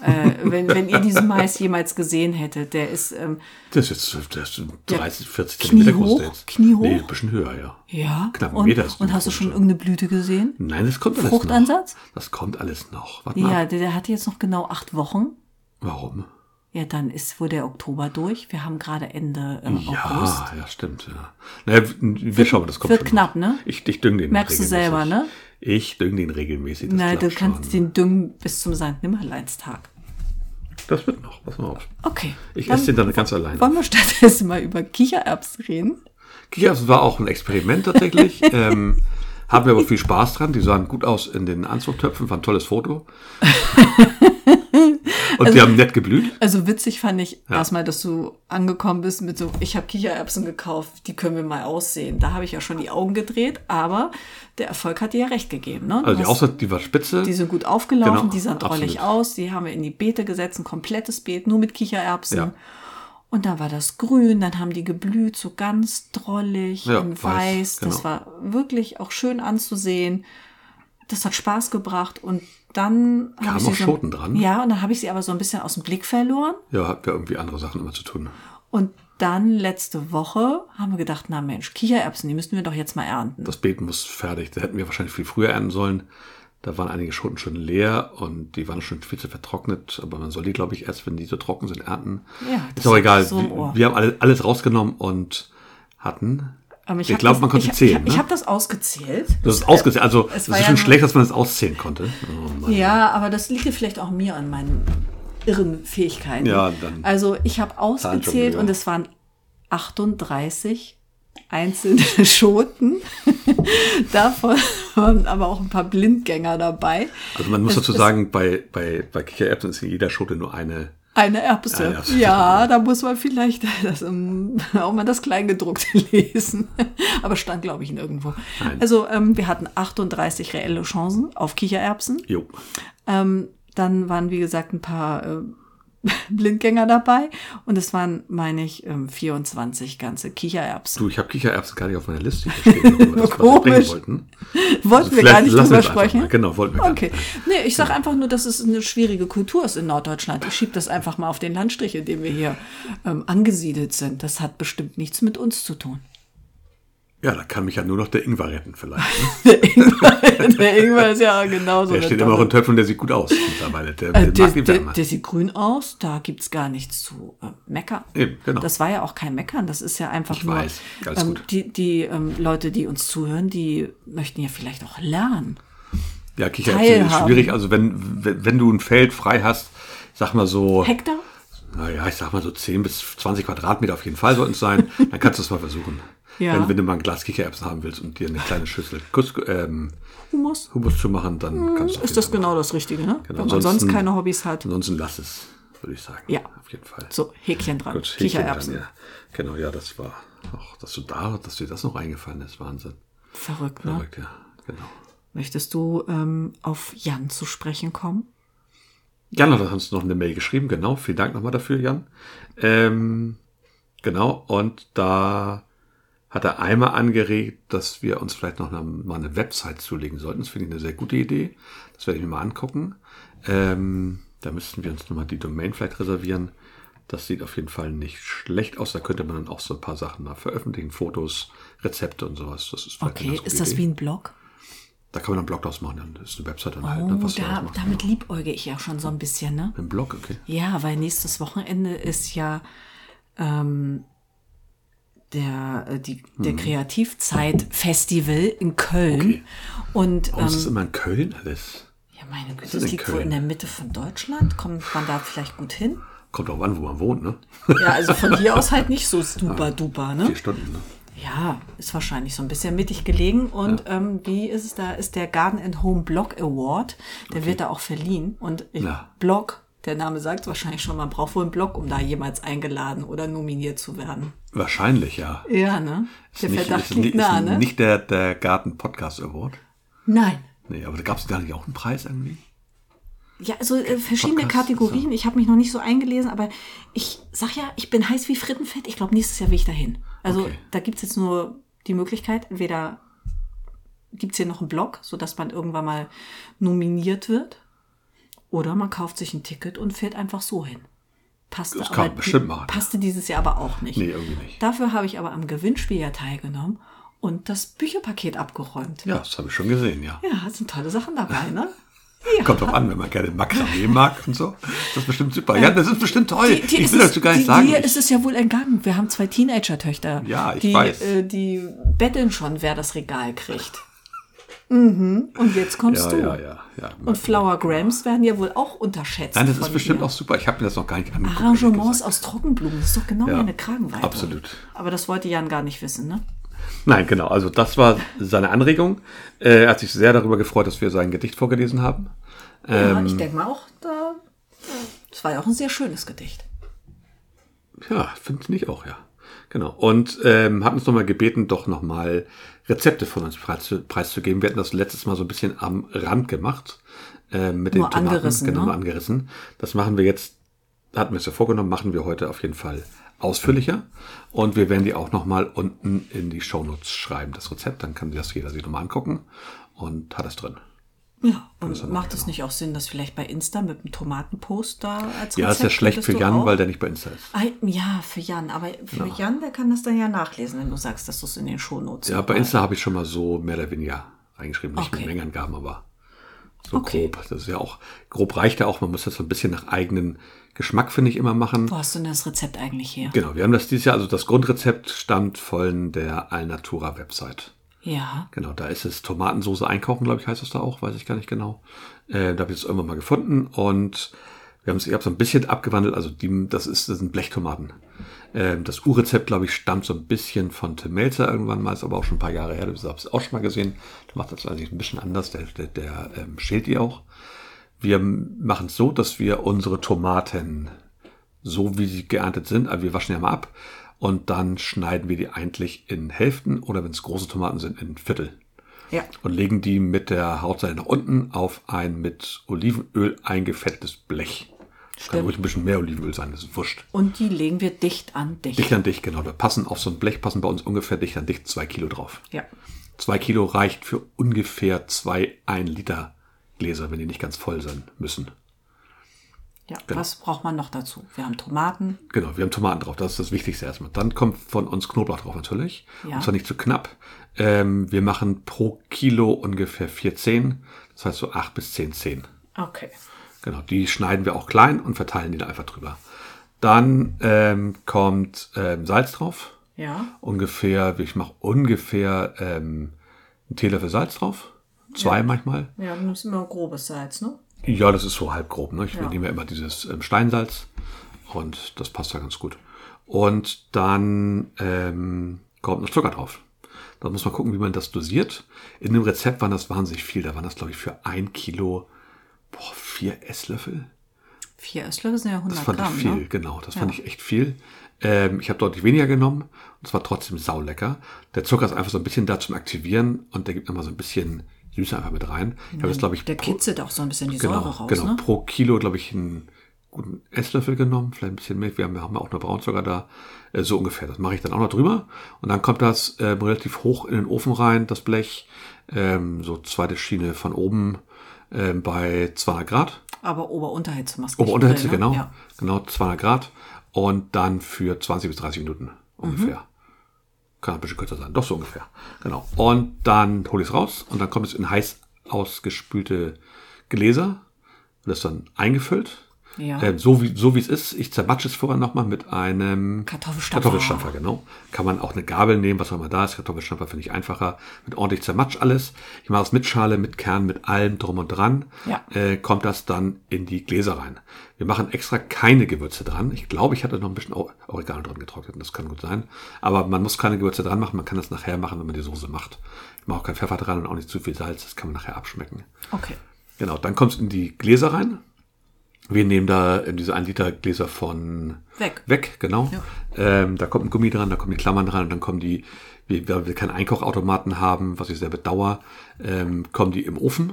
Speaker 2: Äh, wenn, wenn ihr diesen Mais jemals gesehen hättet, der ist, ähm,
Speaker 1: Das ist jetzt das ist ein
Speaker 2: Der
Speaker 1: 30, 40
Speaker 2: Knie
Speaker 1: Zentimeter groß.
Speaker 2: hoch?
Speaker 1: der jetzt.
Speaker 2: Knie hoch?
Speaker 1: Nee, ein bisschen höher, ja.
Speaker 2: ja.
Speaker 1: Knapp einen
Speaker 2: und,
Speaker 1: Meter ist die Hm.
Speaker 2: Und hast du schon
Speaker 1: Frucht.
Speaker 2: irgendeine Blüte gesehen?
Speaker 1: Nein, das kommt alles
Speaker 2: Fruchtansatz?
Speaker 1: noch. Das kommt alles noch. Warte mal.
Speaker 2: Ja, der, der hatte jetzt noch genau acht Wochen.
Speaker 1: Warum?
Speaker 2: Ja, dann ist wohl der Oktober durch. Wir haben gerade Ende ähm, August.
Speaker 1: Ja, ja, stimmt. Ja. Naja, wir schauen, das kommt
Speaker 2: wird
Speaker 1: schon
Speaker 2: knapp,
Speaker 1: noch.
Speaker 2: ne?
Speaker 1: Ich, ich dünge den
Speaker 2: Merkst du
Speaker 1: regelmäßig.
Speaker 2: selber, ne?
Speaker 1: Ich dünge den regelmäßig. das
Speaker 2: Nein, du
Speaker 1: klappt
Speaker 2: kannst
Speaker 1: schon.
Speaker 2: den düngen bis zum St. Nimmerleinstag.
Speaker 1: Das wird noch. Pass mal auf.
Speaker 2: Okay.
Speaker 1: Ich esse den dann ganz alleine.
Speaker 2: Wollen wir stattdessen mal über Kichererbsen reden?
Speaker 1: Ja, es war auch ein Experiment tatsächlich. ähm, haben wir aber viel Spaß dran. Die sahen gut aus in den Anzugtöpfen. War ein tolles Foto. Und die haben nett geblüht.
Speaker 2: Also witzig fand ich erstmal, dass du angekommen bist mit so, ich habe Kichererbsen gekauft, die können wir mal aussehen. Da habe ich ja schon die Augen gedreht, aber der Erfolg hat dir ja recht gegeben. Ne? Du
Speaker 1: Also die
Speaker 2: hast-
Speaker 1: Aussicht, die war spitze.
Speaker 2: die sind gut aufgelaufen,
Speaker 1: Genau,
Speaker 2: die sahen drollig
Speaker 1: absolut.
Speaker 2: aus, die haben wir in die Beete gesetzt, ein komplettes Beet, nur mit Kichererbsen.
Speaker 1: Ja.
Speaker 2: Und dann war das grün, dann haben die geblüht, so ganz drollig
Speaker 1: Ja,
Speaker 2: und weiß.
Speaker 1: weiß,
Speaker 2: Das
Speaker 1: genau.
Speaker 2: war wirklich auch schön anzusehen. Das hat Spaß gebracht und dann habe
Speaker 1: Kamen
Speaker 2: ich sie
Speaker 1: auch
Speaker 2: so,
Speaker 1: Schoten dran?
Speaker 2: Ja, und dann habe ich sie aber so ein bisschen aus dem Blick verloren.
Speaker 1: Ja, hat ja irgendwie andere Sachen immer zu tun.
Speaker 2: Und dann letzte Woche haben wir gedacht, na Mensch, Kichererbsen, die müssen wir doch jetzt mal ernten.
Speaker 1: Das Beet muss fertig. Da hätten wir wahrscheinlich viel früher ernten sollen. Da waren einige Schoten schon leer und die waren schon viel zu vertrocknet. Aber man soll die, glaube ich, erst, wenn die so trocken sind, ernten.
Speaker 2: Ja, das
Speaker 1: ist auch
Speaker 2: ist
Speaker 1: egal.
Speaker 2: so im Ohr.
Speaker 1: wir, wir haben alle, alles rausgenommen und hatten.
Speaker 2: Ähm,
Speaker 1: ich
Speaker 2: hab
Speaker 1: glaube,
Speaker 2: das-
Speaker 1: man konnte
Speaker 2: ich, Ich
Speaker 1: zählen.
Speaker 2: habe ich
Speaker 1: ne?
Speaker 2: hab das ausgezählt.
Speaker 1: das ist ausgezählt. Also, es
Speaker 2: es
Speaker 1: ist
Speaker 2: war ja
Speaker 1: schon
Speaker 2: nur-
Speaker 1: schlecht, dass man das auszählen konnte. Oh Mann.
Speaker 2: Ja, aber das liegt ja vielleicht auch mir an meinen irren Fähigkeiten.
Speaker 1: Ja, dann-
Speaker 2: also ich habe ausgezählt
Speaker 1: wieder.
Speaker 2: und es waren 38 einzelne Schoten. Davon waren aber auch ein paar Blindgänger dabei.
Speaker 1: Also, man muss
Speaker 2: Es
Speaker 1: dazu
Speaker 2: ist-
Speaker 1: sagen, bei, bei, bei Kichererbsen ist in jeder Schote nur eine.
Speaker 2: Eine Erbse.
Speaker 1: Eine Erbse.
Speaker 2: Ja, da muss man vielleicht das, ähm, auch mal das Kleingedruckte lesen. Aber stand, glaube ich, nirgendwo.
Speaker 1: Nein.
Speaker 2: Also ähm, wir hatten 38 reelle Chancen auf Kichererbsen.
Speaker 1: Jo.
Speaker 2: Ähm, dann waren, wie gesagt, ein paar äh, Blindgänger dabei. Und es waren, meine ich, ähm, 24 ganze Kichererbsen.
Speaker 1: Du, ich habe Kichererbsen gar nicht auf meiner Liste hier stehen, wo wir das was wir bringen
Speaker 2: Komisch.
Speaker 1: wollten.
Speaker 2: Wollten
Speaker 1: Also
Speaker 2: wir gar
Speaker 1: vielleicht
Speaker 2: nicht
Speaker 1: lassen wir
Speaker 2: drüber
Speaker 1: es einfach
Speaker 2: sprechen?
Speaker 1: Mal. Genau, wollten wir gar
Speaker 2: Okay.
Speaker 1: nicht.
Speaker 2: Nee, ich sag einfach nur, dass es eine schwierige Kultur ist in Norddeutschland. Ich schieb das einfach mal auf den Landstrich, in dem wir hier ähm, angesiedelt sind. Das hat bestimmt nichts mit uns zu tun.
Speaker 1: Ja, da kann mich ja nur noch der Ingwer retten, vielleicht. Ne?
Speaker 2: Der Ingwer, der Ingwer ist ja genauso.
Speaker 1: Der
Speaker 2: eine
Speaker 1: steht immer noch
Speaker 2: Tonne.
Speaker 1: in Töpfen, der sieht gut aus mittlerweile. Der,
Speaker 2: Äh,
Speaker 1: der
Speaker 2: der,
Speaker 1: mag lieber
Speaker 2: der,
Speaker 1: immer.
Speaker 2: der sieht grün aus, da gibt's gar nichts zu äh, meckern.
Speaker 1: Eben, genau.
Speaker 2: Das war ja auch kein Meckern, das ist ja einfach
Speaker 1: Ich
Speaker 2: nur.
Speaker 1: weiß, alles
Speaker 2: ähm,
Speaker 1: gut.
Speaker 2: Die, die ähm, Leute, die uns zuhören, die möchten ja vielleicht auch lernen.
Speaker 1: Ja, Kichererbsen ist
Speaker 2: teilhaben.
Speaker 1: schwierig. Also wenn, wenn, wenn du ein Feld frei hast, sag mal so,
Speaker 2: Hektar?
Speaker 1: naja, ich sag mal so 10 bis 20 Quadratmeter auf jeden Fall sollten es sein, dann kannst du es mal versuchen.
Speaker 2: Ja.
Speaker 1: Wenn, wenn du mal ein Glas Kichererbsen haben willst und dir eine kleine Schüssel Kuss, ähm,
Speaker 2: Humus?
Speaker 1: Hummus zu machen, dann kannst du auf jeden
Speaker 2: Ist das
Speaker 1: Fall
Speaker 2: genau
Speaker 1: machen.
Speaker 2: das Richtige, ne?
Speaker 1: Genau,
Speaker 2: Wenn man sonst
Speaker 1: ansonsten-
Speaker 2: keine Hobbys hat.
Speaker 1: Ansonsten lass es, würde ich sagen.
Speaker 2: Ja.
Speaker 1: Auf jeden Fall.
Speaker 2: So, Häkchen dran.
Speaker 1: Gut, Häkchen
Speaker 2: Kichererbsen.
Speaker 1: dran, ja. Genau, ja, das war auch, dass du da, dass dir das noch eingefallen ist, Wahnsinn.
Speaker 2: Verrückt, ne?
Speaker 1: Verrückt, ja. Genau.
Speaker 2: Möchtest du ähm, auf Jan zu sprechen kommen?
Speaker 1: Jan hat uns noch eine Mail geschrieben, genau. Vielen Dank nochmal dafür, Jan. Ähm, genau, und da hat er einmal angeregt, dass wir uns vielleicht noch eine, mal eine Website zulegen sollten. Das finde ich eine sehr gute Idee. Das werde ich mir mal angucken. Ähm, da müssten wir uns nochmal die Domain vielleicht reservieren. Das sieht auf jeden Fall nicht schlecht aus. Da könnte man dann auch so ein paar Sachen mal veröffentlichen. Fotos, Rezepte und sowas. Das ist vielleicht eine
Speaker 2: Okay,
Speaker 1: ganz gute
Speaker 2: ist das
Speaker 1: Idee.
Speaker 2: wie ein Blog?
Speaker 1: Da kann man dann einen Blog draus machen. Dann ist eine Website dann halt.
Speaker 2: Oh,
Speaker 1: Ne? Was du
Speaker 2: da,
Speaker 1: daraus machst,
Speaker 2: damit
Speaker 1: genau.
Speaker 2: liebäuge ich ja schon so ein bisschen, ne?
Speaker 1: Ein Blog, okay.
Speaker 2: Ja, weil nächstes Wochenende ist ja ähm, der, äh, die,
Speaker 1: Mhm.
Speaker 2: der Kreativzeit-Festival in Köln.
Speaker 1: Okay. Oh.
Speaker 2: Und
Speaker 1: Warum ist
Speaker 2: ähm,
Speaker 1: das immer in Köln alles?
Speaker 2: ja, meine Güte,
Speaker 1: denn
Speaker 2: das liegt wohl
Speaker 1: Köln?
Speaker 2: in der Mitte von Deutschland. Kommt man da vielleicht gut hin?
Speaker 1: Kommt auch an, wo man wohnt, ne?
Speaker 2: Ja, also von hier aus halt nicht so
Speaker 1: Ah.
Speaker 2: super duper, ne?
Speaker 1: Vier Stunden, ne?
Speaker 2: Ja, ist wahrscheinlich so ein bisschen mittig gelegen. Und ähm, wie ist es da? Ist der Garden and Home Blog Award. Der wird da auch verliehen. Und ich,
Speaker 1: Ja.
Speaker 2: Blog, der Name sagt wahrscheinlich schon, man braucht wohl einen Blog, um da jemals eingeladen oder nominiert zu werden.
Speaker 1: Wahrscheinlich, ja.
Speaker 2: Ja, ne? Der Verdacht
Speaker 1: ist, ist
Speaker 2: liegt nahe, ne?
Speaker 1: nicht der, der Garten Podcast Award.
Speaker 2: Nein.
Speaker 1: Nee, aber da gab es da nicht auch einen Preis irgendwie?
Speaker 2: Ja, also äh, verschiedene
Speaker 1: Podcast,
Speaker 2: Kategorien. Ich habe mich noch nicht so eingelesen, aber ich sag ja, ich bin heiß wie Frittenfett. Ich glaube, nächstes Jahr will ich dahin. Also
Speaker 1: Okay.
Speaker 2: da gibt's jetzt nur die Möglichkeit, entweder gibt's hier noch einen Blog, sodass man irgendwann mal nominiert wird, oder man kauft sich ein Ticket und fährt einfach so hin. Passte,
Speaker 1: Das kann man
Speaker 2: aber,
Speaker 1: bestimmt machen.
Speaker 2: passte dieses Jahr aber auch nicht.
Speaker 1: Nee, irgendwie nicht.
Speaker 2: Dafür habe ich aber am Gewinnspiel ja teilgenommen und das Bücherpaket abgeräumt.
Speaker 1: Ja, das habe ich schon gesehen, ja.
Speaker 2: Ja, sind tolle Sachen dabei, ne?
Speaker 1: Kommt drauf an, wenn man gerne Makramee mag und so. Das ist bestimmt super. Ja, das ist bestimmt toll.
Speaker 2: Die- die
Speaker 1: ich
Speaker 2: ist
Speaker 1: will
Speaker 2: es-
Speaker 1: dazu gar
Speaker 2: die-
Speaker 1: nicht sagen.
Speaker 2: Dir
Speaker 1: Ich-
Speaker 2: ist es ja wohl entgangen. Wir haben zwei Teenager-Töchter.
Speaker 1: Ja, ich
Speaker 2: die,
Speaker 1: weiß.
Speaker 2: Äh, die betteln schon, wer das Regal kriegt. Mhm. Und jetzt kommst
Speaker 1: ja,
Speaker 2: du.
Speaker 1: ja, ja, ja.
Speaker 2: Und Flower Grams werden ja wohl auch unterschätzt.
Speaker 1: Nein, das ist
Speaker 2: von
Speaker 1: bestimmt
Speaker 2: dir.
Speaker 1: auch super. Ich habe mir das noch gar nicht angeguckt. ehrlich
Speaker 2: Arrangements
Speaker 1: gesagt.
Speaker 2: aus Trockenblumen. Das ist doch genau
Speaker 1: Ja,
Speaker 2: meine Kragenweite.
Speaker 1: absolut.
Speaker 2: Aber das wollte Jan gar nicht wissen, ne?
Speaker 1: Nein, genau. Also das war seine Anregung. Äh, Er hat sich sehr darüber gefreut, dass wir sein Gedicht vorgelesen haben. Ähm,
Speaker 2: ja, ich denke mal auch, da. Das war ja auch ein sehr schönes Gedicht.
Speaker 1: Ja, finde ich auch, ja. Genau. Und ähm, hat uns nochmal gebeten, doch nochmal Rezepte von uns preiszu- preiszugeben. Wir hatten das letztes Mal so ein bisschen am Rand gemacht. ähm, mit den
Speaker 2: Nur
Speaker 1: Tomaten.
Speaker 2: angerissen,
Speaker 1: Genau,
Speaker 2: ne?
Speaker 1: nur angerissen. Das machen wir jetzt, hatten wir es ja vorgenommen, machen wir heute auf jeden Fall ausführlicher. Und wir werden die auch nochmal unten in die Shownotes schreiben, das Rezept. Dann kann das jeder sich nochmal angucken und hat es drin.
Speaker 2: Ja, und macht es nicht auch Sinn, das vielleicht bei Insta mit einem Tomatenpost da als
Speaker 1: Ja, ist ja
Speaker 2: Rezept
Speaker 1: schlecht
Speaker 2: könntest
Speaker 1: für
Speaker 2: du
Speaker 1: Jan,
Speaker 2: auch-
Speaker 1: weil der nicht bei Insta ist.
Speaker 2: Ah, Ja, für Jan. Aber für Jan, der kann das dann ja nachlesen, wenn du sagst, dass du es in den Shownotes
Speaker 1: Ja,
Speaker 2: noch
Speaker 1: bei
Speaker 2: mal-
Speaker 1: Insta habe ich schon mal so mehr oder weniger reingeschrieben. Nicht
Speaker 2: Okay.
Speaker 1: mit Mengenangaben, aber so
Speaker 2: Okay.
Speaker 1: grob. Das ist ja auch, grob reicht ja auch. Man muss das so ein bisschen nach eigenen Geschmack, finde ich, immer machen.
Speaker 2: Wo hast du denn das Rezept eigentlich her?
Speaker 1: Genau, wir haben das dieses Jahr, also das Grundrezept stammt von der Alnatura-Website.
Speaker 2: Ja.
Speaker 1: Genau, da ist es Tomatensoße einkaufen, glaube ich, heißt es da auch, weiß ich gar nicht genau. Äh, da habe ich es irgendwann mal gefunden und wir haben es, ich habe es so ein bisschen abgewandelt, also die, das, ist, das sind Blechtomaten. Ähm, das Urrezept, glaube ich, stammt so ein bisschen von Tim Melzer irgendwann mal, ist aber auch schon ein paar Jahre her, das habe ich auch schon mal gesehen. Der macht das eigentlich ein bisschen anders, der, der, der ähm, schält die auch. Wir machen es so, dass wir unsere Tomaten so wie sie geerntet sind, aber wir waschen ja mal ab und dann schneiden wir die eigentlich in Hälften oder wenn es große Tomaten sind, in Viertel
Speaker 2: Ja.
Speaker 1: und legen die mit der Hautseite nach unten auf ein mit Olivenöl eingefettetes Blech. Das kann
Speaker 2: Stimmt.
Speaker 1: ruhig ein bisschen mehr Olivenöl sein, das ist wurscht.
Speaker 2: Und die legen wir dicht an dicht.
Speaker 1: Dicht an dicht, genau. Da passen auf so ein Blech, passen bei uns ungefähr dicht an dicht zwei Kilo drauf.
Speaker 2: Ja.
Speaker 1: Zwei Kilo reicht für ungefähr zwei ein Liter Gläser, wenn die nicht ganz voll sein müssen.
Speaker 2: Ja. Was braucht man noch dazu? Wir haben Tomaten.
Speaker 1: Genau, wir haben Tomaten drauf, das ist das Wichtigste erstmal. Dann kommt von uns Knoblauch drauf natürlich.
Speaker 2: Ja.
Speaker 1: Und zwar nicht zu knapp. Ähm, wir machen pro Kilo ungefähr 14, das heißt so 8 bis 10 Zehen.
Speaker 2: Okay.
Speaker 1: Genau, die schneiden wir auch klein und verteilen die da einfach drüber. Dann ähm, kommt ähm, Salz drauf.
Speaker 2: Ja.
Speaker 1: Ungefähr, ich mache ungefähr ähm, einen Teelöffel Salz drauf. Zwei manchmal.
Speaker 2: Ja, du nimmst immer grobes Salz, ne?
Speaker 1: Ja, das ist so halb grob. Ne? Ich nehme ja immer dieses ähm, Steinsalz und das passt da ganz gut. Und dann ähm, kommt noch Zucker drauf. Da muss man gucken, wie man das dosiert. In dem Rezept waren das wahnsinnig viel. Da waren das, glaube ich, für ein Kilo boah, vier Esslöffel.
Speaker 2: Vier Esslöffel sind ja 100
Speaker 1: Das fand
Speaker 2: Gramm.
Speaker 1: ich viel,
Speaker 2: Ne?
Speaker 1: genau. Das fand ich echt viel. Ähm, ich habe deutlich weniger genommen und es war trotzdem saulecker. Der Zucker ist einfach so ein bisschen da zum Aktivieren und der gibt nochmal so ein bisschen Süße einfach mit rein. Ich habe jetzt, glaube ich,
Speaker 2: Der
Speaker 1: pro,
Speaker 2: kitzelt auch so ein bisschen die
Speaker 1: genau,
Speaker 2: Säure raus.
Speaker 1: genau,
Speaker 2: Ne?
Speaker 1: pro Kilo, glaube ich, einen guten Esslöffel genommen, vielleicht ein bisschen Milch. Wir haben, wir haben auch noch Braunzucker da, äh, so ungefähr. Das mache ich dann auch noch drüber. Und dann kommt das ähm, relativ hoch in den Ofen rein, das Blech. Ähm, so zweite Schiene von oben ähm, bei 200 Grad.
Speaker 2: Aber Ober-Unterhitze machst du nicht
Speaker 1: Ober-Unterhitze,
Speaker 2: Grill, ne?
Speaker 1: genau.
Speaker 2: Ja.
Speaker 1: Genau, 200 Grad. Und dann für 20 bis 30 Minuten ungefähr.
Speaker 2: Mhm.
Speaker 1: Kann ein bisschen kürzer sein. Doch so ungefähr. Genau. Und dann hole ich es raus und dann kommt es in heiß ausgespülte Gläser. Wird es dann eingefüllt.
Speaker 2: Ja.
Speaker 1: Ähm, so wie so wie es ist. Ich zermatsche es vorher nochmal mit einem
Speaker 2: Kartoffelstampfer.
Speaker 1: Kartoffelstampfer, genau. Kann man auch eine Gabel nehmen, was auch immer da ist. Kartoffelstampfer finde ich einfacher. Mit ordentlich Zermatsch alles. Ich mache es mit Schale, mit Kern, mit allem drum und dran.
Speaker 2: Ja.
Speaker 1: Äh, kommt das dann in die Gläser rein. Wir machen extra keine Gewürze dran. Ich glaube, ich hatte noch ein bisschen Au- Oregano dran getrocknet. Das kann gut sein. Aber man muss keine Gewürze dran machen. Man kann das nachher machen, wenn man die Soße macht. Ich mache auch keinen Pfeffer dran und auch nicht zu viel Salz. Das kann man nachher abschmecken.
Speaker 2: Okay.
Speaker 1: Genau, dann kommt es in die Gläser rein. Wir nehmen da ähm, diese 1 Liter Gläser von
Speaker 2: Weg.
Speaker 1: Weg, genau. Ähm, da kommt ein Gummi dran, da kommen die Klammern dran und dann kommen die, wir- weil wir keinen Einkochautomaten haben, was ich sehr bedauere, ähm, kommen die im Ofen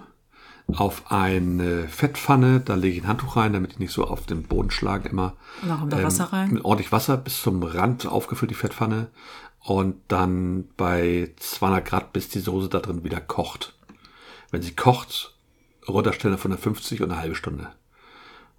Speaker 1: auf eine Fettpfanne, da lege ich ein Handtuch rein, damit die nicht so auf den Boden schlagen immer.
Speaker 2: Und dann kommt da Wasser rein?
Speaker 1: Ähm, Mit ordentlich Wasser bis zum Rand aufgefüllt, die Fettpfanne. Und dann bei 200 Grad, bis die Soße da drin wieder kocht. Wenn sie kocht, runterstellen auf 150 und eine halbe Stunde.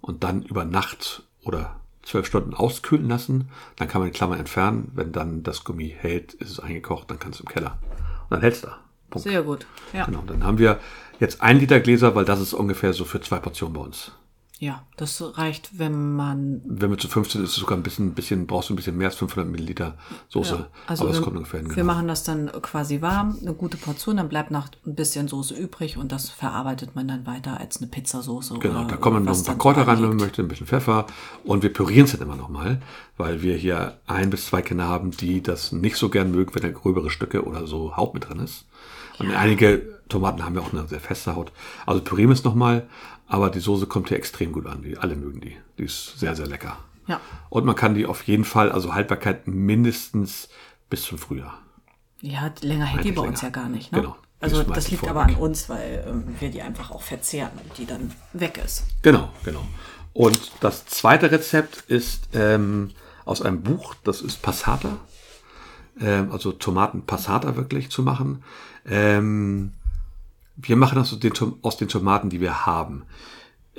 Speaker 1: Und dann über Nacht oder zwölf Stunden auskühlen lassen. Dann kann man die Klammern entfernen. Wenn dann das Gummi hält, ist es eingekocht, dann kann es im Keller. Und dann hält's da. Punkt.
Speaker 2: Sehr gut. Ja.
Speaker 1: Genau, dann haben wir jetzt ein Liter Gläser, weil das ist ungefähr so für zwei Portionen bei uns.
Speaker 2: ja, das reicht, wenn man.
Speaker 1: Wenn wir zu 15 ist es sogar ein bisschen, bisschen brauchst du ein bisschen mehr als 500 Milliliter Soße.
Speaker 2: Ja, also
Speaker 1: aber es
Speaker 2: wir,
Speaker 1: kommt ungefähr hin.
Speaker 2: wir
Speaker 1: Genau.
Speaker 2: machen das dann quasi warm, eine gute Portion, dann bleibt noch ein bisschen Soße übrig und das verarbeitet man dann weiter als eine Pizzasoße.
Speaker 1: genau,
Speaker 2: oder
Speaker 1: da kommen noch
Speaker 2: was
Speaker 1: ein paar
Speaker 2: dann
Speaker 1: Kräuter rein, wenn
Speaker 2: anliegt.
Speaker 1: man möchte, ein bisschen Pfeffer. Und wir pürieren es dann immer nochmal, weil wir hier ein bis zwei Kinder haben, die das nicht so gern mögen, wenn da gröbere Stücke oder so Haut mit drin ist. Und einige Tomaten haben ja auch eine sehr feste Haut. Also pürieren wir es nochmal, aber die Soße kommt hier extrem gut an. Die, alle mögen die. Die ist sehr, sehr lecker.
Speaker 2: Ja,
Speaker 1: Und man kann die auf jeden Fall, also Haltbarkeit mindestens bis zum Frühjahr.
Speaker 2: ja länger hält die
Speaker 1: Eigentlich
Speaker 2: bei uns ja
Speaker 1: länger.
Speaker 2: gar nicht. Ne?
Speaker 1: Genau. Die
Speaker 2: Also
Speaker 1: ist
Speaker 2: das
Speaker 1: meistens
Speaker 2: liegt
Speaker 1: voll
Speaker 2: aber
Speaker 1: weg.
Speaker 2: an uns, weil ähm, wir die einfach auch verzehren und die dann weg ist.
Speaker 1: Genau, genau. Und das zweite Rezept ist ähm, aus einem Buch, das ist Passata. Ähm, also Tomaten Passata wirklich zu machen. Ähm, wir machen das aus den, Tom- aus den Tomaten, die wir haben.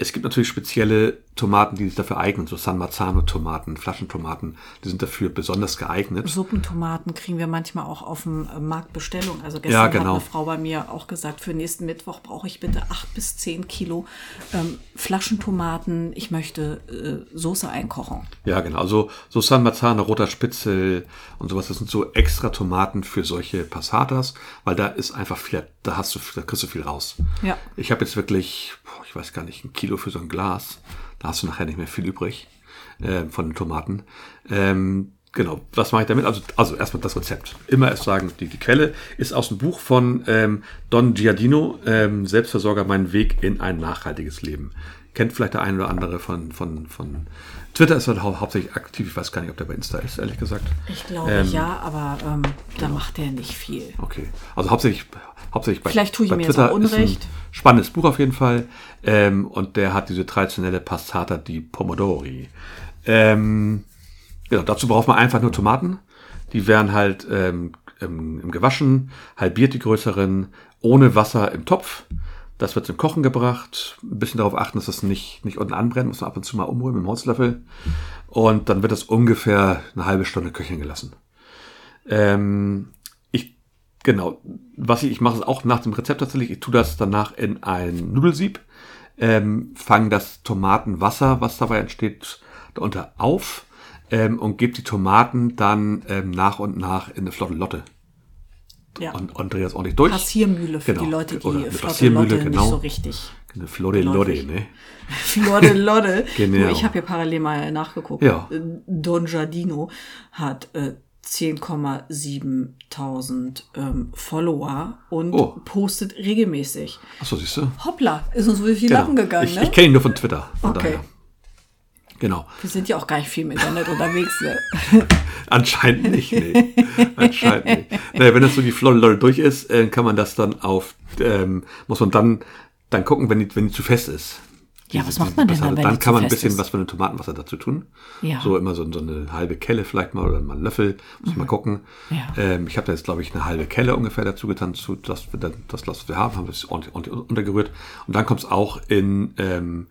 Speaker 1: Es gibt natürlich spezielle Tomaten, die sich dafür eignen, so San Marzano-Tomaten, Flaschentomaten, die sind dafür besonders geeignet.
Speaker 2: Suppentomaten kriegen wir manchmal auch auf dem äh, Markt Bestellung. Also gestern
Speaker 1: Ja, genau.
Speaker 2: hat eine Frau bei mir auch gesagt, für nächsten Mittwoch brauche ich bitte acht bis zehn Kilo ähm, Flaschentomaten. Ich möchte äh, Soße einkochen.
Speaker 1: Ja, genau. Also so San Marzano, roter Spitzel und sowas, das sind so extra Tomaten für solche Passatas, weil da ist einfach viel, da hast du, da kriegst du viel raus.
Speaker 2: Ja.
Speaker 1: Ich habe jetzt wirklich, boah, ich weiß gar nicht, ein Kilo für so ein Glas. Da hast du nachher nicht mehr viel übrig äh, von den Tomaten. Ähm, genau, was mache ich damit? Also, also erstmal das Rezept. Immer erst sagen, die, die Quelle ist aus dem Buch von ähm, Don Giardino, ähm, Selbstversorger, mein Weg in ein nachhaltiges Leben. Kennt vielleicht der ein oder andere von, von, von Twitter ist er hau hauptsächlich aktiv. Ich weiß gar nicht, ob der bei Insta ist, ehrlich gesagt.
Speaker 2: Ich glaube ja, aber ähm,
Speaker 1: genau.
Speaker 2: da macht er nicht viel.
Speaker 1: Okay. Also hauptsächlich, hauptsächlich bei
Speaker 2: Vielleicht tue ich
Speaker 1: bei
Speaker 2: mir jetzt auch
Speaker 1: ist ein
Speaker 2: Unrecht.
Speaker 1: Spannendes Buch auf jeden Fall. Ähm, und der hat diese traditionelle Passata, die Pomodori. Ähm, genau, dazu braucht man einfach nur Tomaten. Die werden halt ähm, im, im Gewaschen, halbiert die größeren, ohne Wasser im Topf. Das wird zum Kochen gebracht. Ein bisschen darauf achten, dass das nicht, nicht unten anbrennt. Muss man ab und zu mal umrühren mit dem Holzlöffel. Und dann wird das ungefähr eine halbe Stunde köcheln gelassen. Ähm, ich, genau, was ich, ich mache es auch nach dem Rezept tatsächlich, ich tue das danach in ein Nudelsieb, ähm, fange das Tomatenwasser, was dabei entsteht, darunter auf ähm, und gebe die Tomaten dann ähm, nach und nach in eine flotte Lotte
Speaker 2: Ja.
Speaker 1: und, und drehe das ordentlich durch.
Speaker 2: Passiermühle für
Speaker 1: Genau.
Speaker 2: die Leute,
Speaker 1: Oder
Speaker 2: die
Speaker 1: eine
Speaker 2: flotte
Speaker 1: Passiermühle,
Speaker 2: Lotte
Speaker 1: genau.
Speaker 2: nicht so richtig. genau
Speaker 1: Eine flotte Lotte,
Speaker 2: Geläufig.
Speaker 1: ne?
Speaker 2: Fjorde Lodde.
Speaker 1: Genau.
Speaker 2: Du, ich habe hier parallel mal nachgeguckt.
Speaker 1: Ja.
Speaker 2: Äh, Don Giardino hat äh, 10,7000 ähm, Follower und
Speaker 1: Oh.
Speaker 2: postet regelmäßig.
Speaker 1: Achso, siehst du?
Speaker 2: Hoppla, ist uns wohl viel Lappen gegangen,
Speaker 1: Genau. ich
Speaker 2: ne?
Speaker 1: ich kenne ihn nur von Twitter. Von
Speaker 2: Okay.
Speaker 1: daher. Genau.
Speaker 2: Wir sind ja auch gar nicht viel im Internet unterwegs. Ne?
Speaker 1: Anscheinend nicht, nee. Anscheinend nicht. Naja, wenn das so die Flolle Lolle durch ist, äh, kann man das dann auf, ähm, muss man dann, dann gucken, wenn die, wenn die zu fest ist.
Speaker 2: Ja,
Speaker 1: Diese-
Speaker 2: was macht
Speaker 1: diese
Speaker 2: man denn
Speaker 1: Passate.
Speaker 2: dann, wenn
Speaker 1: Dann
Speaker 2: die zu
Speaker 1: kann man ein
Speaker 2: fest
Speaker 1: bisschen
Speaker 2: ist?
Speaker 1: was mit dem Tomatenwasser dazu tun.
Speaker 2: Ja.
Speaker 1: So immer so, so eine halbe Kelle vielleicht mal oder mal einen Löffel. Muss man mal gucken.
Speaker 2: Mhm. Ja.
Speaker 1: Ähm, ich habe da jetzt, glaube ich, eine halbe Kelle ungefähr dazu getan, zu, dass wir dann das Glas, was wir haben, haben wir es ordentlich, ordentlich untergerührt. Und dann kommt es auch in ähm,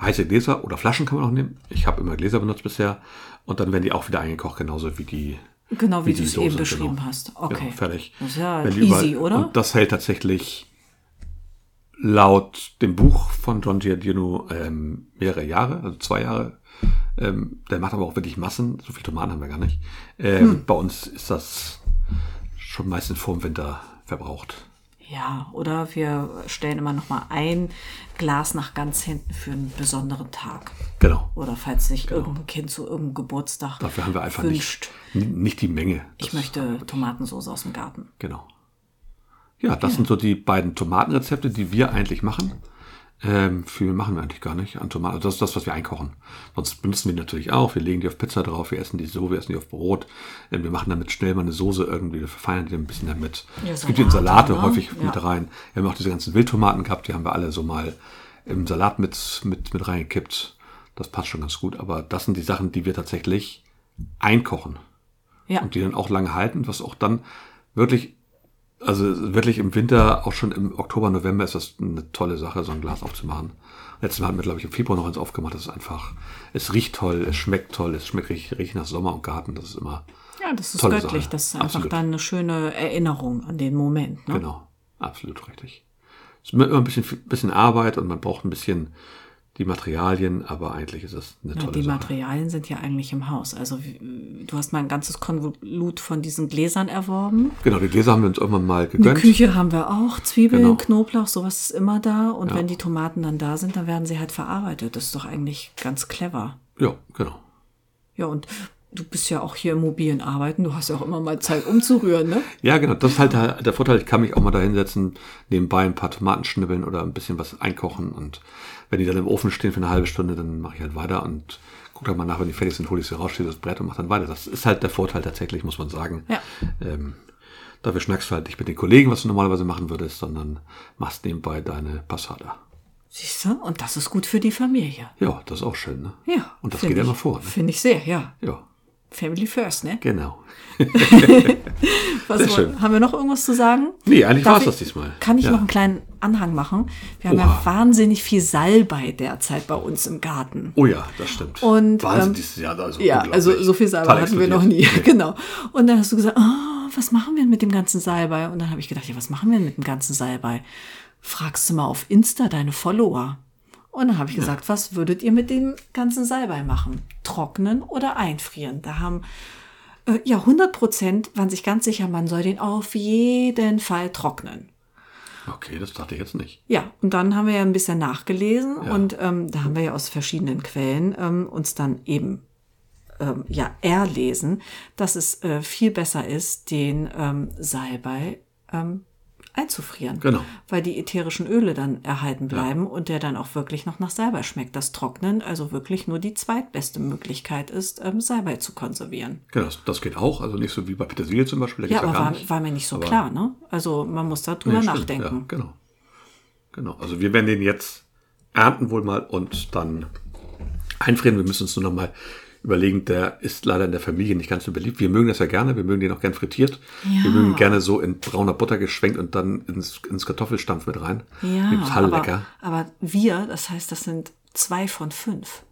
Speaker 1: heiße Gläser oder Flaschen kann man auch nehmen. Ich habe immer Gläser benutzt bisher. Und dann werden die auch wieder eingekocht, genauso wie die.
Speaker 2: Genau, wie du
Speaker 1: die
Speaker 2: es
Speaker 1: Soße,
Speaker 2: eben beschrieben
Speaker 1: genau.
Speaker 2: hast. Okay.
Speaker 1: Genau, fertig.
Speaker 2: Das ist ja
Speaker 1: Wenn die
Speaker 2: easy,
Speaker 1: überall-
Speaker 2: oder?
Speaker 1: Und das hält tatsächlich laut dem Buch von John Giardino ähm, mehrere Jahre, also zwei Jahre. Ähm, der macht aber auch wirklich Massen. So viel Tomaten haben wir gar nicht. Ähm,
Speaker 2: Hm.
Speaker 1: Bei uns ist das schon meistens vor dem Winter verbraucht.
Speaker 2: Ja, oder wir stellen immer noch mal ein Glas nach ganz hinten für einen besonderen Tag.
Speaker 1: Genau.
Speaker 2: Oder falls sich irgendein Kind zu irgendeinem Geburtstag
Speaker 1: Dafür haben wir einfach
Speaker 2: wünscht,
Speaker 1: nicht, nicht die Menge.
Speaker 2: ich möchte Tomatensauce aus dem Garten.
Speaker 1: Genau. Ja, das sind so die beiden Tomatenrezepte, die wir eigentlich machen. Ähm, viel machen wir eigentlich gar nicht an Tomaten. Also das ist das, was wir einkochen. Sonst benutzen wir die natürlich auch. Wir legen die auf Pizza drauf, wir essen die so, wir essen die auf Brot. Ähm, wir machen damit schnell mal eine Soße irgendwie, wir verfeinern die ein bisschen damit.
Speaker 2: Ja,
Speaker 1: es gibt die in
Speaker 2: Salate,
Speaker 1: Salate
Speaker 2: ne?
Speaker 1: häufig
Speaker 2: Ja.
Speaker 1: mit rein. Wir haben auch diese ganzen Wildtomaten gehabt, die haben wir alle so mal im Salat mit, mit, mit reingekippt. Das passt schon ganz gut. Aber das sind die Sachen, die wir tatsächlich einkochen
Speaker 2: Ja,
Speaker 1: und die dann auch lange halten, was auch dann wirklich, also wirklich im Winter, auch schon im Oktober, November ist das eine tolle Sache, so ein Glas aufzumachen. Letztes Mal hatten wir, glaube ich, im Februar noch eins aufgemacht. Das ist einfach, es riecht toll, es schmeckt toll, es schmeckt richtig, richtig nach Sommer und Garten. Das ist immer,
Speaker 2: ja das ist
Speaker 1: Tolle
Speaker 2: göttlich.
Speaker 1: Sache.
Speaker 2: Das ist einfach
Speaker 1: Absolut.
Speaker 2: dann eine schöne Erinnerung an den Moment. Ne?
Speaker 1: genau, absolut richtig. Es ist immer ein bisschen, bisschen Arbeit und man braucht ein bisschen die Materialien, aber eigentlich ist das eine
Speaker 2: Na,
Speaker 1: tolle
Speaker 2: die
Speaker 1: Sache.
Speaker 2: Materialien sind ja eigentlich im Haus. Also wie- du hast mal ein ganzes Konvolut von diesen Gläsern erworben.
Speaker 1: Genau, die Gläser haben wir uns irgendwann mal
Speaker 2: Eine
Speaker 1: gegönnt.
Speaker 2: Küche haben wir auch, Zwiebeln,
Speaker 1: Genau.
Speaker 2: Knoblauch, sowas ist immer da. Und
Speaker 1: Ja.
Speaker 2: wenn die Tomaten dann da sind, dann werden sie halt verarbeitet. Das ist doch eigentlich ganz clever.
Speaker 1: Ja, genau.
Speaker 2: Ja, und du bist ja auch hier im mobilen Arbeiten. Du hast ja auch immer mal Zeit umzurühren, ne?
Speaker 1: Ja, genau. Das ist halt der, der Vorteil. Ich kann mich auch mal da hinsetzen, nebenbei ein paar Tomaten schnibbeln oder ein bisschen was einkochen. Und wenn die dann im Ofen stehen für eine halbe Stunde, dann mache ich halt weiter und gucke dann mal nach, wenn die fertig sind, hole ich sie raus, stehe das Brett und mache dann weiter. Das ist halt der Vorteil tatsächlich, muss man sagen.
Speaker 2: Ja.
Speaker 1: Ähm, dafür schnackst du halt nicht mit den Kollegen, was du normalerweise machen würdest, sondern machst nebenbei deine Passada.
Speaker 2: Siehst du? Und das ist gut für die Familie.
Speaker 1: Ja, das ist auch schön, ne?
Speaker 2: Ja.
Speaker 1: Und das
Speaker 2: find
Speaker 1: geht ja
Speaker 2: ich-
Speaker 1: immer vor, ne?
Speaker 2: Finde ich sehr, ja.
Speaker 1: Ja,
Speaker 2: Family first, ne?
Speaker 1: genau.
Speaker 2: Was
Speaker 1: Sehr
Speaker 2: woll-
Speaker 1: schön.
Speaker 2: Haben wir noch irgendwas zu sagen?
Speaker 1: Nee, eigentlich
Speaker 2: Darf
Speaker 1: war es
Speaker 2: ich-
Speaker 1: das diesmal.
Speaker 2: Kann ich
Speaker 1: ja.
Speaker 2: noch einen kleinen Anhang machen? Wir haben ja
Speaker 1: Oha.
Speaker 2: wahnsinnig viel Salbei derzeit bei uns im Garten.
Speaker 1: Oh ja, das stimmt.
Speaker 2: Und,
Speaker 1: Wahnsinn,
Speaker 2: ähm,
Speaker 1: dieses Jahr. Also
Speaker 2: Ja, also
Speaker 1: unglaublich.
Speaker 2: so viel Salbei
Speaker 1: Total
Speaker 2: hatten wir noch
Speaker 1: explodiert.
Speaker 2: nie. Genau. Und dann hast du gesagt, oh, was machen wir denn mit dem ganzen Salbei? Und dann habe ich gedacht, ja, was machen wir denn mit dem ganzen Salbei? Fragst du mal auf Insta deine Follower. Und dann habe ich gesagt, was würdet ihr mit dem ganzen Salbei machen? Trocknen oder einfrieren? Da haben äh, ja 100 Prozent waren sich ganz sicher, man soll den auf jeden Fall trocknen.
Speaker 1: Okay, das dachte ich jetzt nicht.
Speaker 2: Ja, und dann haben wir ja ein bisschen nachgelesen und ähm, da haben wir ja aus verschiedenen Quellen ähm, uns dann eben ähm, ja erlesen, dass es äh, viel besser ist, den ähm, Salbei ähm, einzufrieren.
Speaker 1: Genau.
Speaker 2: Weil die ätherischen Öle dann erhalten bleiben und der dann auch wirklich noch nach Salbei schmeckt. Das Trocknen also wirklich nur die zweitbeste Möglichkeit ist, ähm, Salbei zu konservieren.
Speaker 1: Genau, das, das geht auch. Also nicht so wie bei Petersilie zum Beispiel. Da
Speaker 2: Ja,
Speaker 1: geht's
Speaker 2: aber
Speaker 1: gar
Speaker 2: war,
Speaker 1: nicht.
Speaker 2: war mir nicht so
Speaker 1: Aber-
Speaker 2: klar, ne? Also man muss da
Speaker 1: Nee,
Speaker 2: drüber
Speaker 1: stimmt,
Speaker 2: nachdenken.
Speaker 1: Ja, genau. genau. Also wir werden den jetzt ernten wohl mal und dann einfrieren. Wir müssen uns nur noch mal überlegen, der ist leider in der Familie nicht ganz so beliebt. Wir mögen das ja gerne. Wir mögen den auch gern frittiert. Wir mögen gerne so in brauner Butter geschwenkt und dann ins, ins Kartoffelstampf mit rein.
Speaker 2: Ja,
Speaker 1: Total
Speaker 2: aber,
Speaker 1: lecker.
Speaker 2: aber wir, das heißt, das sind zwei von fünf.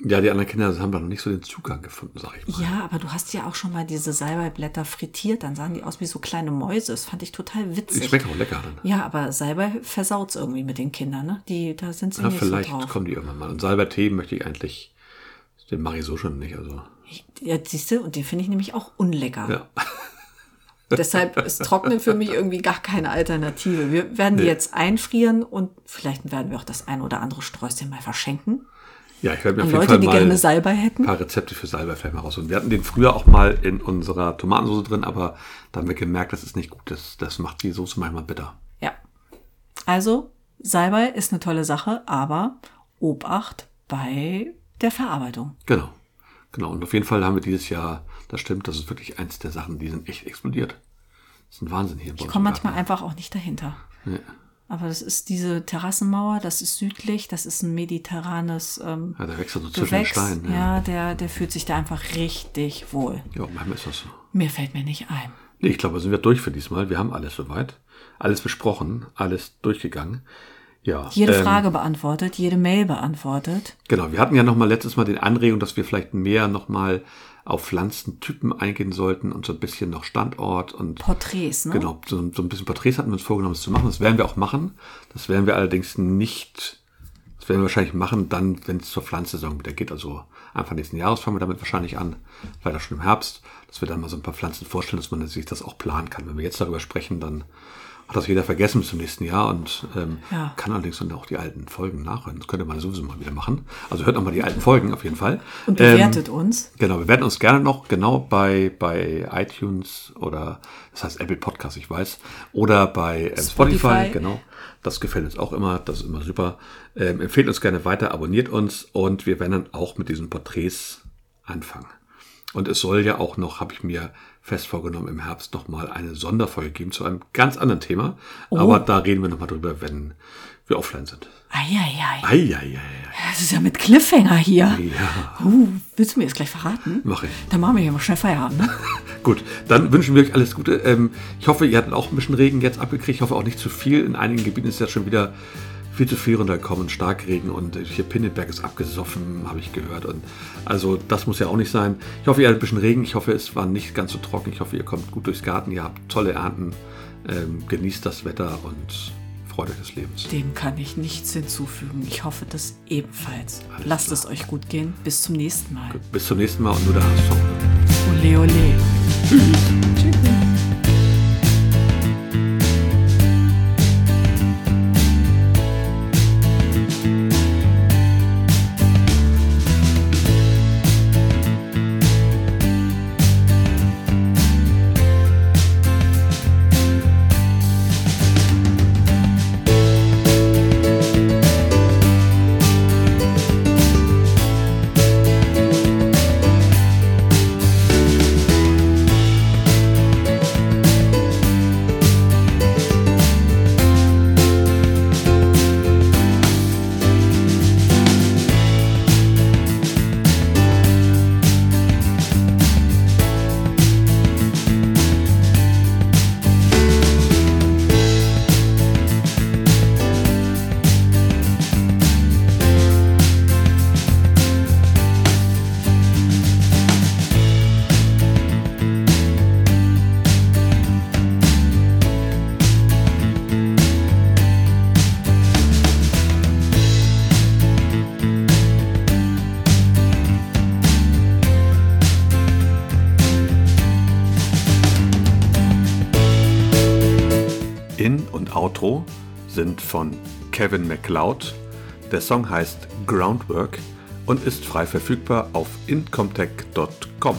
Speaker 1: Ja, die anderen Kinder haben da noch nicht so den Zugang gefunden, sag ich mal.
Speaker 2: Ja, aber du hast ja auch schon mal diese Salbeiblätter frittiert, dann sahen die aus wie so kleine Mäuse. Das fand ich total
Speaker 1: Die
Speaker 2: witzig.
Speaker 1: schmecken auch lecker dann.
Speaker 2: ja, aber Salbei versaut's irgendwie mit den Kindern, ne? Die, da sind sie
Speaker 1: Ja,
Speaker 2: nicht
Speaker 1: vielleicht
Speaker 2: so drauf.
Speaker 1: kommen die irgendwann mal. Und Salbertee möchte ich eigentlich, den mache ich so schon nicht. Also,
Speaker 2: Ja, siehst du, und den finde ich nämlich auch unlecker.
Speaker 1: ja.
Speaker 2: Deshalb ist Trocknen für mich irgendwie gar keine Alternative. Wir werden die jetzt einfrieren und vielleicht werden wir auch das ein oder andere Sträußchen mal verschenken.
Speaker 1: ja, ich werde mir
Speaker 2: An
Speaker 1: auf jeden
Speaker 2: Leute,
Speaker 1: Fall
Speaker 2: die
Speaker 1: mal
Speaker 2: gerne
Speaker 1: ein
Speaker 2: Salbei hätten.
Speaker 1: paar Rezepte für Salbei vielleicht mal rausholen. Wir hatten den früher auch mal in unserer Tomatensauce drin, aber da haben wir gemerkt, das ist nicht gut. Das, das macht die Soße manchmal bitter.
Speaker 2: Ja. Also, Salbei ist eine tolle Sache, aber Obacht bei der Verarbeitung.
Speaker 1: Genau. Genau. Und auf jeden Fall haben wir dieses Jahr, das stimmt, das ist wirklich eins der Sachen, die sind echt explodiert. Das ist ein Wahnsinn hier.
Speaker 2: Ich komme manchmal einfach auch nicht dahinter. Aber das ist diese Terrassenmauer, das ist südlich, das ist ein mediterranes ähm,
Speaker 1: Ja, der wechselt so zwischen den
Speaker 2: Gewächs.
Speaker 1: Steinen.
Speaker 2: ja, der, der fühlt sich da einfach richtig wohl.
Speaker 1: ja manchmal ist das so.
Speaker 2: Mir fällt mir nicht ein.
Speaker 1: Nee, ich glaube, sind wir durch für diesmal. Wir haben alles soweit. Alles besprochen, alles durchgegangen. Ja.
Speaker 2: Jede
Speaker 1: ähm,
Speaker 2: Frage beantwortet, jede Mail beantwortet.
Speaker 1: Genau, wir hatten ja nochmal letztes Mal den Anregung, dass wir vielleicht mehr nochmal auf Pflanzentypen eingehen sollten und so ein bisschen noch Standort und
Speaker 2: Porträts, ne?
Speaker 1: genau, so, so ein bisschen Porträts hatten wir uns vorgenommen, das zu machen. Das werden wir auch machen. Das werden wir allerdings nicht, das werden wir wahrscheinlich machen, dann, wenn es zur Pflanzsaison wieder geht. Also Anfang nächsten Jahres fangen wir damit wahrscheinlich an, vielleicht auch schon im Herbst, dass wir dann mal so ein paar Pflanzen vorstellen, dass man sich das auch planen kann. Wenn wir jetzt darüber sprechen, dann hat das jeder vergessen bis zum nächsten Jahr und ähm,
Speaker 2: Ja.
Speaker 1: kann allerdings dann auch die alten Folgen nachhören. Das könnte man sowieso mal wieder machen. Also hört noch mal die alten Folgen auf jeden Fall.
Speaker 2: Und
Speaker 1: Ähm,
Speaker 2: bewertet uns.
Speaker 1: Genau, wir werden uns gerne noch genau bei, bei iTunes oder das heißt Apple Podcast, ich weiß, oder bei ähm, Spotify,
Speaker 2: Spotify.
Speaker 1: genau. Das gefällt uns auch immer, das ist immer super. Ähm, empfehlt uns gerne weiter, abonniert uns und wir werden dann auch mit diesen Porträts anfangen. Und es soll ja auch noch, habe ich mir fest vorgenommen, im Herbst nochmal eine Sonderfolge geben zu einem ganz anderen Thema. Aber da reden wir nochmal drüber, wenn wir offline sind.
Speaker 2: Eieiei.
Speaker 1: Eieiei,
Speaker 2: Das ist ja mit Cliffhanger hier.
Speaker 1: ja,
Speaker 2: Uh, willst du mir jetzt gleich verraten?
Speaker 1: mache ich.
Speaker 2: Dann machen wir hier mal schnell Feierabend. Ne?
Speaker 1: Gut, dann wünschen wir euch alles Gute. Ähm, ich hoffe, ihr hattet auch ein bisschen Regen jetzt abgekriegt. Ich hoffe auch nicht zu viel. In einigen Gebieten ist ja schon wieder viel zu viel runtergekommen. Starkregen und hier Pinneberg ist abgesoffen, habe ich gehört. Und also das muss ja auch nicht sein. Ich hoffe, ihr hattet ein bisschen Regen. Ich hoffe, es war nicht ganz so trocken. Ich hoffe, ihr kommt gut durchs Garten. Ihr habt tolle Ernten. Ähm, genießt das Wetter und freut euch des Lebens.
Speaker 2: Dem kann ich nichts hinzufügen. Ich hoffe das ebenfalls.
Speaker 1: Alles
Speaker 2: Lasst
Speaker 1: klar.
Speaker 2: es euch gut gehen. Bis zum nächsten Mal.
Speaker 1: Bis zum nächsten Mal und nur der HSV.
Speaker 2: Ole, ole.
Speaker 1: In- und Outro sind von Kevin MacLeod. Der Song heißt Groundwork und ist frei verfügbar auf incomtech.com.